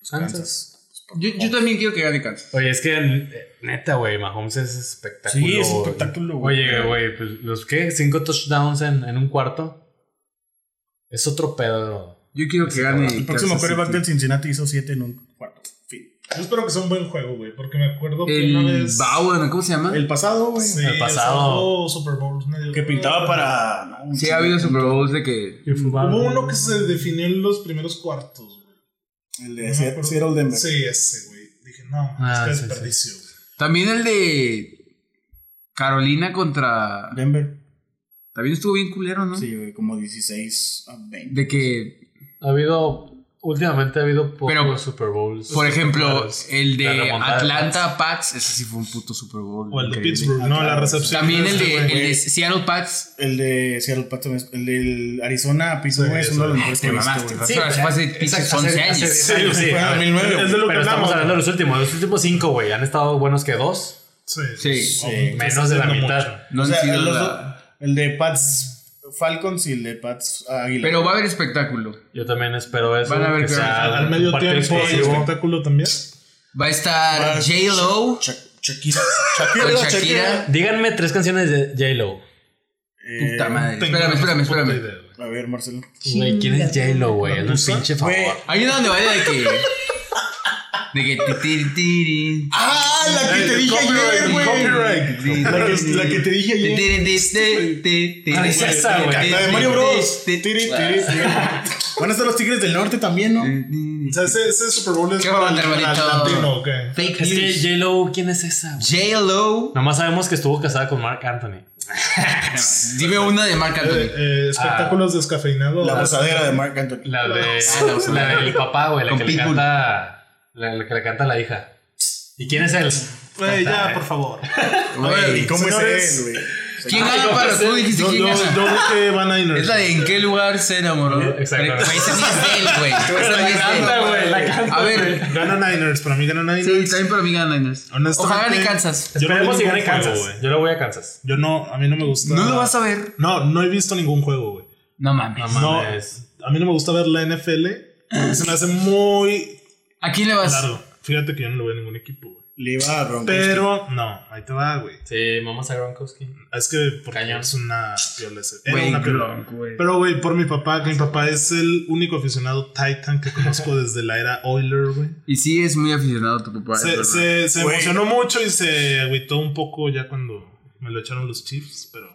D: Kansas.
C: Kansas.
B: Yo, yo también quiero que gane Kansas.
D: Oye, es que eh, neta, güey, Mahomes es espectáculo.
C: Sí, es
D: güey.
C: espectáculo, güey.
D: Oye, güey, pues los que cinco touchdowns en, en un cuarto es otro pedo.
B: Yo quiero que gane.
C: El próximo
B: Kansas
C: quarterback
B: City.
C: del Cincinnati hizo 7 en un cuarto. Fin.
A: Yo espero que sea un buen juego, güey, porque me acuerdo que una
B: El
A: vez.
B: Bauer, ¿no? ¿cómo se llama?
C: El pasado, güey.
A: Sí,
D: El pasado.
A: se jugó Super Bowl. medio-
C: Que pintaba para. no, un
B: Sí,
C: chingo.
B: ha habido Super Bowls de que.
A: Hubo uno que se definió en los primeros cuartos, güey.
C: El
A: No
C: de
A: me
C: Se-
A: acuerdo.
C: Seattle Denver.
A: Sí, ese, güey. Dije, no,
D: Ah,
A: es que
D: sí, sí.
A: desperdicio, güey.
B: También el de. Carolina contra.
C: Denver.
B: También estuvo bien culero, ¿no?
C: Sí, güey, como 16 a 20.
B: De que,
D: Ha habido, últimamente ha habido pocos
B: Pero,
D: Super Bowls.
B: por ejemplo,
D: Claro,
B: el
D: la
B: de
D: remontada de
B: Atlanta Pats, ese sí fue un puto Super Bowl.
A: O el de
B: increíble.
A: Pittsburgh, no, la recepción.
B: También el de,
A: este, güey.
B: el de Seattle Pats.
C: El de Seattle Patton. es- El del Arizona Pittsburgh
A: Sí,
C: es uno de
A: eso.
C: los mejores que
B: Te
C: he visto.
B: mamaste.
C: güey.
B: o
D: Sí,
B: sea, fue hace
D: exacto,
B: pinches
D: hace-
B: 11
D: hace
B: años.
D: diez
A: Sí,
D: años,
A: sí,
D: a
A: fue
D: ver.
A: en 2009,
D: Es de
A: pero
D: lo que
A: estamos
D: estamos hablando
A: hablando.
D: de los últimos. Los últimos cinco, güey, han estado buenos que dos,
A: Sí.
B: Sí.
A: O
D: menos de la
A: haciendo
D: mitad.
A: mucho.
B: No
C: O
B: han
C: sea,
B: sido
C: los
B: la-
C: dos- el de Pats Falcons y el de Pats Águila.
B: Pero va a haber espectáculo.
D: Yo también espero eso.
B: Van a ver
D: que
B: que-
D: sea
A: Al, al
D: un
A: medio
D: partido
A: tiempo, el
D: explosivo.
A: espectáculo también.
B: Va a estar
C: Ah,
B: J-Lo,
C: Ch- Shakira.
B: Con
C: Shakira.
B: Shakira.
D: Díganme tres canciones de J-Lo.
C: Eh,
B: Puta madre.
A: Tengo
B: Espérame, espérame,
A: puta
B: espérame.
A: idea, güey.
C: A ver, Marcelo.
D: Güey, ¿quién es J-Lo, güey?
A: ¿La
D: Hazme un
A: rusa?
D: pinche favor.
C: Güey.
B: Hay una donde baila de que. De que. ti, ti, ti,
C: ¡Ah! La que te dije ayer,
A: Copyright,
C: güey.
A: copyright.
B: ti,
A: La que, la que te dije
B: ti,
A: ayer.
B: ti, ti, ti, ti,
D: Ah, es
B: ti,
D: esa,
B: ti,
D: güey.
B: ti,
C: La de
B: ti,
C: Mario
B: ti,
C: Bros.
B: ti, ti,
C: Tiri, tiri, tiri. Van a estar los Tigres del Norte también, ¿no?
A: O sea, ese, ese Super Bowl es
B: Qué
A: para el
B: bonito.
A: para el latino, ¿o qué?
B: Fake
D: Es que
B: news.
D: J-Lo, ¿quién es esa, güey?
B: J-Lo.
D: Nomás sabemos que estuvo casada con Mark Anthony.
B: Dime una de Marc
A: Eh,
B: Anthony.
A: eh, espectáculos descafeinados.
C: La posadera de Mark Anthony.
D: La de.
B: Ah, la usa.
D: la del papá, güey. La
B: Con
D: que le
B: Pitbull.
D: canta. La, la que le canta a la hija. ¿Y quién es él?
A: Güey, ya, por favor.
C: ¿Y
B: Güey.
C: cómo
A: señores.
C: es él, güey?
B: ¿Quién gana para tú? Dijiste
A: Yo,
B: quién
A: yo,
B: gana.
A: yo creo que van a ir.
B: Es la de en qué lugar se enamoró.
D: Exacto.
B: Güey, esa sí es de él, güey. Esa sí es de él.
D: güey. La canta.
B: A ver.
A: Gana Niners, para mí gana Niners.
B: Sí, también para mí gana Niners.
A: Honestamente,
B: Ojalá gane Kansas.
A: Yo no
D: Esperemos
A: vi
D: si gane
A: ningún juego,
D: Kansas.
A: güey.
D: Yo lo voy a Kansas.
A: Yo no, a mí no me gusta.
B: No lo vas a ver.
A: No, no he visto ningún juego, güey.
B: No mames.
D: No
A: No,
D: mames.
A: a mí no me gusta ver la NFL. Se me hace muy
B: ¿A quién le vas?
C: Pues,
A: largo. Fíjate que yo no lo veo a ningún equipo, güey.
C: Le iba a Broncos.
A: Pero, no, ahí te va, güey.
D: Sí, mamá a Gronkowski.
A: Es que porque
D: Cañón.
A: es una piola ese. Era
B: Güey,
A: una piola.
B: Gronk, güey.
A: Pero, güey, por mi papá, que mi papá es el único aficionado Titan que
B: <laughs>
A: conozco desde la era Oiler, güey.
B: Y sí es muy aficionado tu papá. es
A: Se,
B: verdad.
A: se, se
C: Güey.
A: emocionó mucho y se agüitó un poco ya cuando me lo echaron los Chiefs, pero.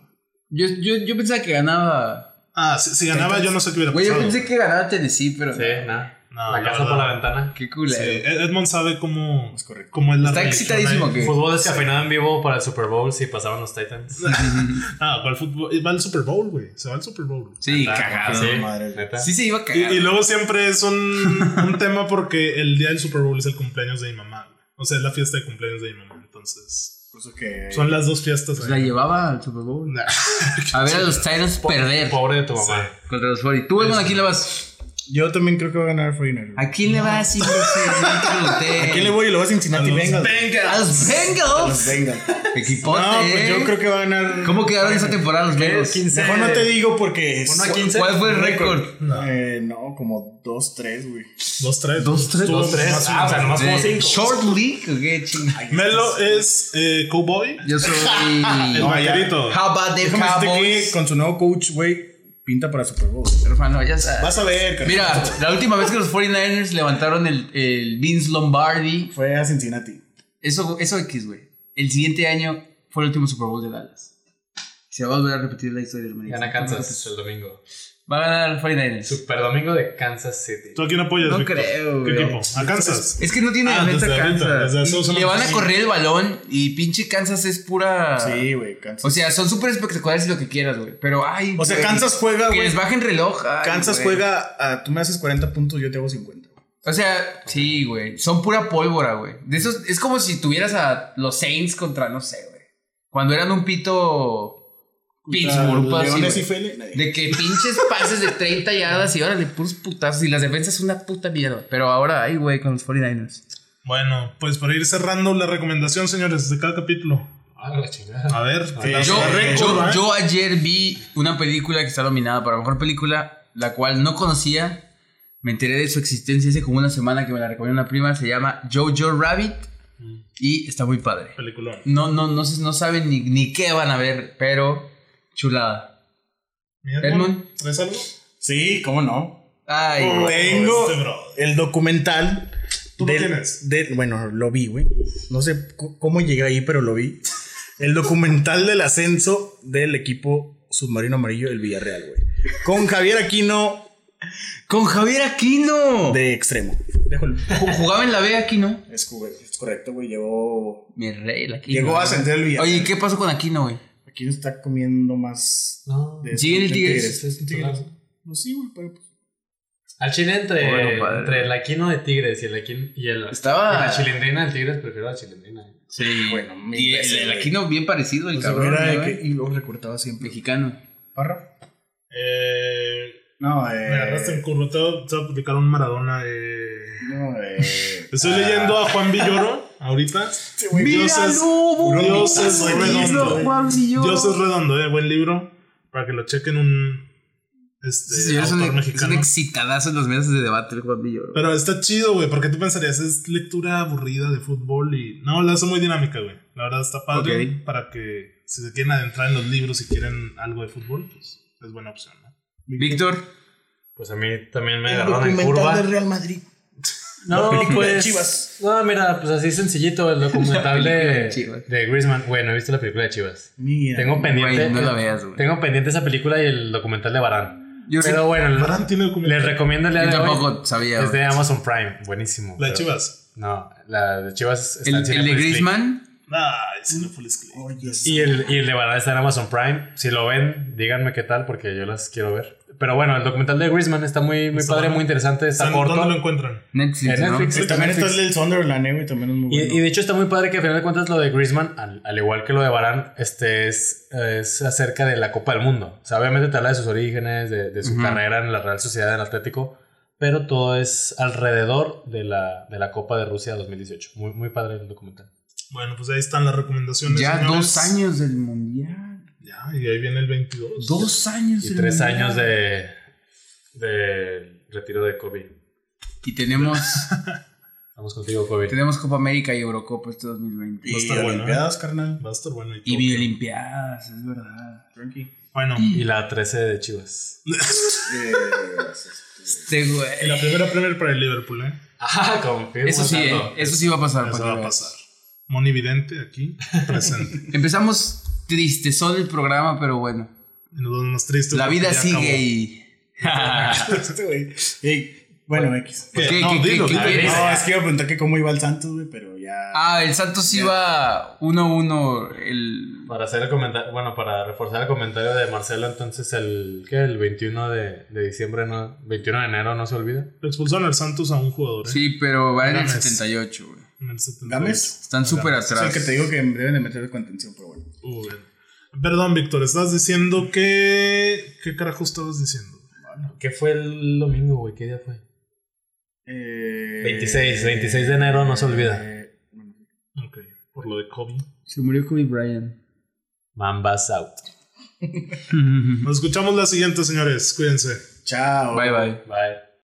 B: Yo, yo, yo pensaba que ganaba.
A: Ah, si, si ganaba, yo no sé qué hubiera
B: Güey, yo
A: pasado.
B: pensé que ganaba Tennessee, pero.
D: Sí, nada.
A: No,
D: la
A: la
D: casa
A: verdad.
D: por la ventana.
B: Qué
A: Sí,
B: culero.
A: Ed- Edmond sabe cómo,
C: Es correcto.
A: cómo es la
B: Está
A: religión
B: excitadísimo
A: ahí.
B: que-
D: Fútbol descafeinado en vivo para el Super Bowl si pasaban los Titans.
A: <laughs> Ah, ¿cuál fútbol? Va al Super Bowl, güey. Se va al Super Bowl.
B: Sí,
D: Neta,
B: cagado.
D: Ah, Sí,
C: madre.
D: neta.
B: Sí, se iba a
A: Y,
B: cagar.
A: y luego siempre es un, un tema porque el día del Super Bowl es el cumpleaños de mi mamá. güey. O sea, es la fiesta de cumpleaños de mi mamá. Entonces,
C: Pues ok.
A: son las dos fiestas.
B: Pues
A: ahí.
B: la llevaba al Super Bowl.
A: Nah.
B: A ver a los Titans perder
D: Pobre de tu mamá.
B: contra los 40. ¿Tú, Edmond, a quién le vas?
C: Yo también creo que va a ganar 49.
B: ¿A quién le vas, hijo? No te pregunté.
C: ¿A quién le voy y lo va a Cincinnati Bengals?
B: A los
C: A los
B: Bengals.
C: Bengals.
B: Equipote.
C: No, pues yo creo que va a ganar.
B: ¿Eh? ¿Cómo quedaron esa temporada los Bengals?
C: Mejor no te digo porque. es-
D: Uno a quince.
B: ¿Cuál fue el récord?
C: Eh, no, como 2-3, güey.
A: Dos, tres.
B: Pues Dos, tres.
A: Estuvo
B: Dos,
D: Tres.
A: más o
D: Ah, o
A: menos.
D: sea, nomás como
B: De-
D: cinco.
B: ¿Short League o qué chingada?
A: Melo es eh, cowboy.
B: Yo soy.
A: <laughs> El
C: No, ya.
A: vaquerito.
B: How about the
C: Déjame decirte
B: Cowboys?
C: que con su nuevo coach, güey, pinta para Super Bowl.
B: Hermano, ya sabes.
C: Vas a ver, carnal.
B: Mira, la última vez que los 49ers levantaron el, el Vince Lombardi,
C: Fue a Cincinnati.
B: eso, eso X, güey. El siguiente año fue el último Super Bowl de Dallas. Se va a volver a repetir la historia, hermanito.
D: Gana Kansas el domingo.
B: Va a ganar el 49ers.
D: Super domingo de Kansas City.
A: ¿Tú a quién apoyas,
B: No
A: Víctor?
B: creo,
A: ¿Qué
B: güey. pues
A: equipo? ¿A Kansas?
B: Es que no tiene
A: Ah,
B: defensa
A: desde ahorita,
B: Kansas.
A: desde hace dos
B: Y le van a
A: semanas.
B: correr el balón y pinche Kansas es pura...
C: Sí, güey, Kansas.
B: Ah. O sea, son súper espectaculares y lo que quieras, güey. Pero, ay,
C: O sea,
B: güey,
C: Kansas juega,
B: Que
C: güey.
B: les bajen reloj. ay,
C: Kansas
B: güey.
C: juega a. Tú me haces 40 puntos, yo te hago 50. güey.
B: O sea, sí, güey. Son pura pólvora, güey. De esos, es como si tuvieras a los Saints contra, no sé, güey. Cuando eran un pito Pittsburgh,
C: Puta,
B: pues, así,
C: Leones y
B: güey.
C: Fele. nadie.
B: De que pinches pases de 30 yardas y órale, puros putazos. Y las defensas una puta mierda. Pero ahora, ay, güey, con los 49ers.
A: Bueno, pues para ir cerrando la recomendación, señores, de cada capítulo.
D: Ah, la chingada.
A: A ver, la-
B: Yo,
A: la récord,
B: yo,
A: ¿eh?
B: yo ayer vi una película que está nominada para mejor película, la cual no conocía. Me enteré de su existencia hace como una semana que me la recomendó una prima. Se llama Jojo Rabbit. Y está muy padre.
A: Peliculón.
B: No, no, no, se- no saben ni, ni qué van a ver, pero chulada.
A: ¿Mi
B: Edmund?
A: ¿Traes algo?
C: Sí, cómo no.
B: Ay, güey.
C: Tengo
A: Este, bro.
C: el documental.
A: ¿Tú lo
C: del-
A: tienes?
C: del- bueno, lo vi, güey. No sé cu- cómo llegué ahí, pero lo vi. El documental del ascenso del equipo submarino amarillo del Villarreal, güey. Con Javier Aquino
B: con Javier Aquino.
C: de extremo.
B: Ju- Jugaba en la B Aquino.
C: Es, es correcto, güey. Llegó,
B: Mi rey, el Aquino.
C: llegó a ascender el Villarreal.
B: Oye, ¿y ¿qué pasó con Aquino, güey?
C: Aquino está comiendo más.
D: No.
C: de-
B: ¿Sigue en el
C: de
B: Tigres?
D: Es un
C: Tigres.
D: tolazo.
C: No, sí, güey, pero pues.
D: Al chile entre,
B: Pobre compadre.
D: entre el Aquino de Tigres y el Aquino y el
B: Estaba-
D: y la chilindrina del Tigres prefiero la chilindrina.
B: Sí.
C: Bueno, mil
B: y
C: veces,
B: el, el
C: güey.
B: Aquino bien parecido, el
C: pues,
B: cabrón.
C: era
B: ¿no, eh?
C: de
B: güey?
C: que- y luego recortaba siempre.
B: Mexicano.
C: ¿Parra?
A: Eh,
C: No,
A: me agarraste en
C: eh.
A: curva. Te voy te voy a aplicar un Maradona. Eh.
C: No, <laughs> eh.
A: Estoy leyendo a Juan Villoro ahorita. Dios es, Dios es redondo. Dios es redondo, eh, buen libro. Para que lo chequen un, Este,
B: Ese señor es un,
A: autor
B: es un
A: mexicano.
B: excitadazo en las mesas de debate, el Juan Villa, bro.
A: Pero está chido, güey, porque tú pensarías, es lectura aburrida de fútbol y... No, la hace muy dinámica, güey. La verdad está padre
B: Ok.
A: para que si se quieren adentrar en los libros y quieren algo de fútbol, pues es buena opción, ¿no?
B: Víctor,
D: Pues a mí también me
C: El
D: agarraron en curva.
C: documental de Real Madrid.
D: No,
C: película de
D: pues.
C: Chivas.
D: No, mira, pues así sencillito el
B: <laughs>
D: documental
B: La película de
D: de,
B: Chivas.
D: de Griezmann. Güey, no he visto la película de Chivas.
C: Mira.
D: Tengo pendiente. eh,
B: güey, no la veas, güey.
D: Tengo pendiente esa película y el documental de Barán.
B: Yo, sí-
D: Pero bueno, el-
A: Barán tiene
D: les
A: documental.
D: recomiendo el día
B: yo
D: de hoy.
B: tampoco sabía.
D: Es de
B: güey.
D: Amazon Prime, buenísimo.
A: La de
D: pero-
A: Chivas.
D: No, la de Chivas está
B: El,
D: en
B: el de
D: Cinepolis Click.
B: Griezmann,
A: Nah, es Cinepolis Click.
C: Oye,
D: Y el, y el de Barán está en Amazon Prime. Si lo ven, díganme qué tal, porque yo las quiero ver. Pero bueno, el documental de Griezmann está muy, muy
A: Está
D: padre,
A: bueno.
D: muy interesante. Está
A: ¿Saben
D: corto.
A: ¿Dónde lo encuentran?
B: Netflix,
D: En
B: ¿no?
D: Netflix.
C: Sí, también está el del Sunderland, eh, güey, también es muy
D: Y,
C: bueno.
D: y de hecho está muy padre que al final de cuentas lo de Griezmann, al, al igual que lo de Varane, este es, es acerca de la Copa del Mundo. O sea, obviamente te habla de sus orígenes, de, de su
B: Ujú.
D: carrera en la Real Sociedad del Atlético, pero todo es alrededor de la, de la Copa de Rusia 2018. Muy, muy padre el documental.
A: Bueno, pues ahí están las recomendaciones.
B: Ya
A: señores.
B: dos años del mundial.
A: Ya, y ahí viene el 22.
B: Dos años
D: Y
B: del
D: tres
B: Mundial.
D: años de, de retiro de Kobe.
B: Y tenemos,
D: Vamos contigo, Kobe.
B: tenemos Copa América y Eurocopa este 2020.
C: Y
A: No está bueno,
C: Olimpiadas, carnal.
A: ¿eh? Va a estar bueno.
B: Y
A: todo.
B: Biolimpiadas, es verdad.
C: Tranqui.
A: Bueno,
D: Y la 13 de Chivas.
B: <laughs> Este
A: y
B: güey.
A: la primera Premier para el Liverpool, ¿eh?
D: Ah, confirmo.
B: Eso sí, eh,
D: Salo.
B: eso sí va a pasar.
A: Eso
B: para que
A: va a
B: veas.
A: pasar. Moni Vidente aquí, <laughs> presente.
B: Empezamos tristezón el programa, pero bueno.
A: y nos vemos más tristes.
B: La
A: porque
B: vida
A: ya
B: sigue
A: acabó.
B: y.
C: Este güey. Ey, bueno, X.
A: ¿Qué?
B: ¿Qué,
A: No,
B: qué, qué,
A: dilo,
B: qué
A: dilo.
B: quieres?
C: No, es que iba a preguntar que cómo iba el Santos, güey, pero ya.
B: Ah, el Santos iba 1-1 el
D: Para hacer el comentario, bueno, para reforzar el comentario de Marcelo, entonces el, ¿qué? El 21 de, de diciembre, no, 21 de enero, no se olvida.
A: Lo expulsaron al Santos a un jugador, ¿eh?
B: Sí, pero van en el
A: Games.
B: 78, güey.
A: En el 78.
C: ¿Games?
B: Están súper
A: Games.
C: Es el
B: pues, atrás.
C: que te digo que deben de meter de contención, pero bueno.
A: Uh, bueno. Perdón, Víctor, estás diciendo que. ¿Qué carajo estabas diciendo?
D: ¿Qué fue el domingo, güey? ¿Qué día fue?
C: Eh,
D: 26, 26 de enero, no se olvida.
C: eh, bueno,
A: Ok, por lo de Kobe.
B: Se murió Kobe Bryant.
D: Mambas out.
A: Nos escuchamos la siguiente, señores. Cuídense.
C: Chao.
B: bye bye.
D: Bye.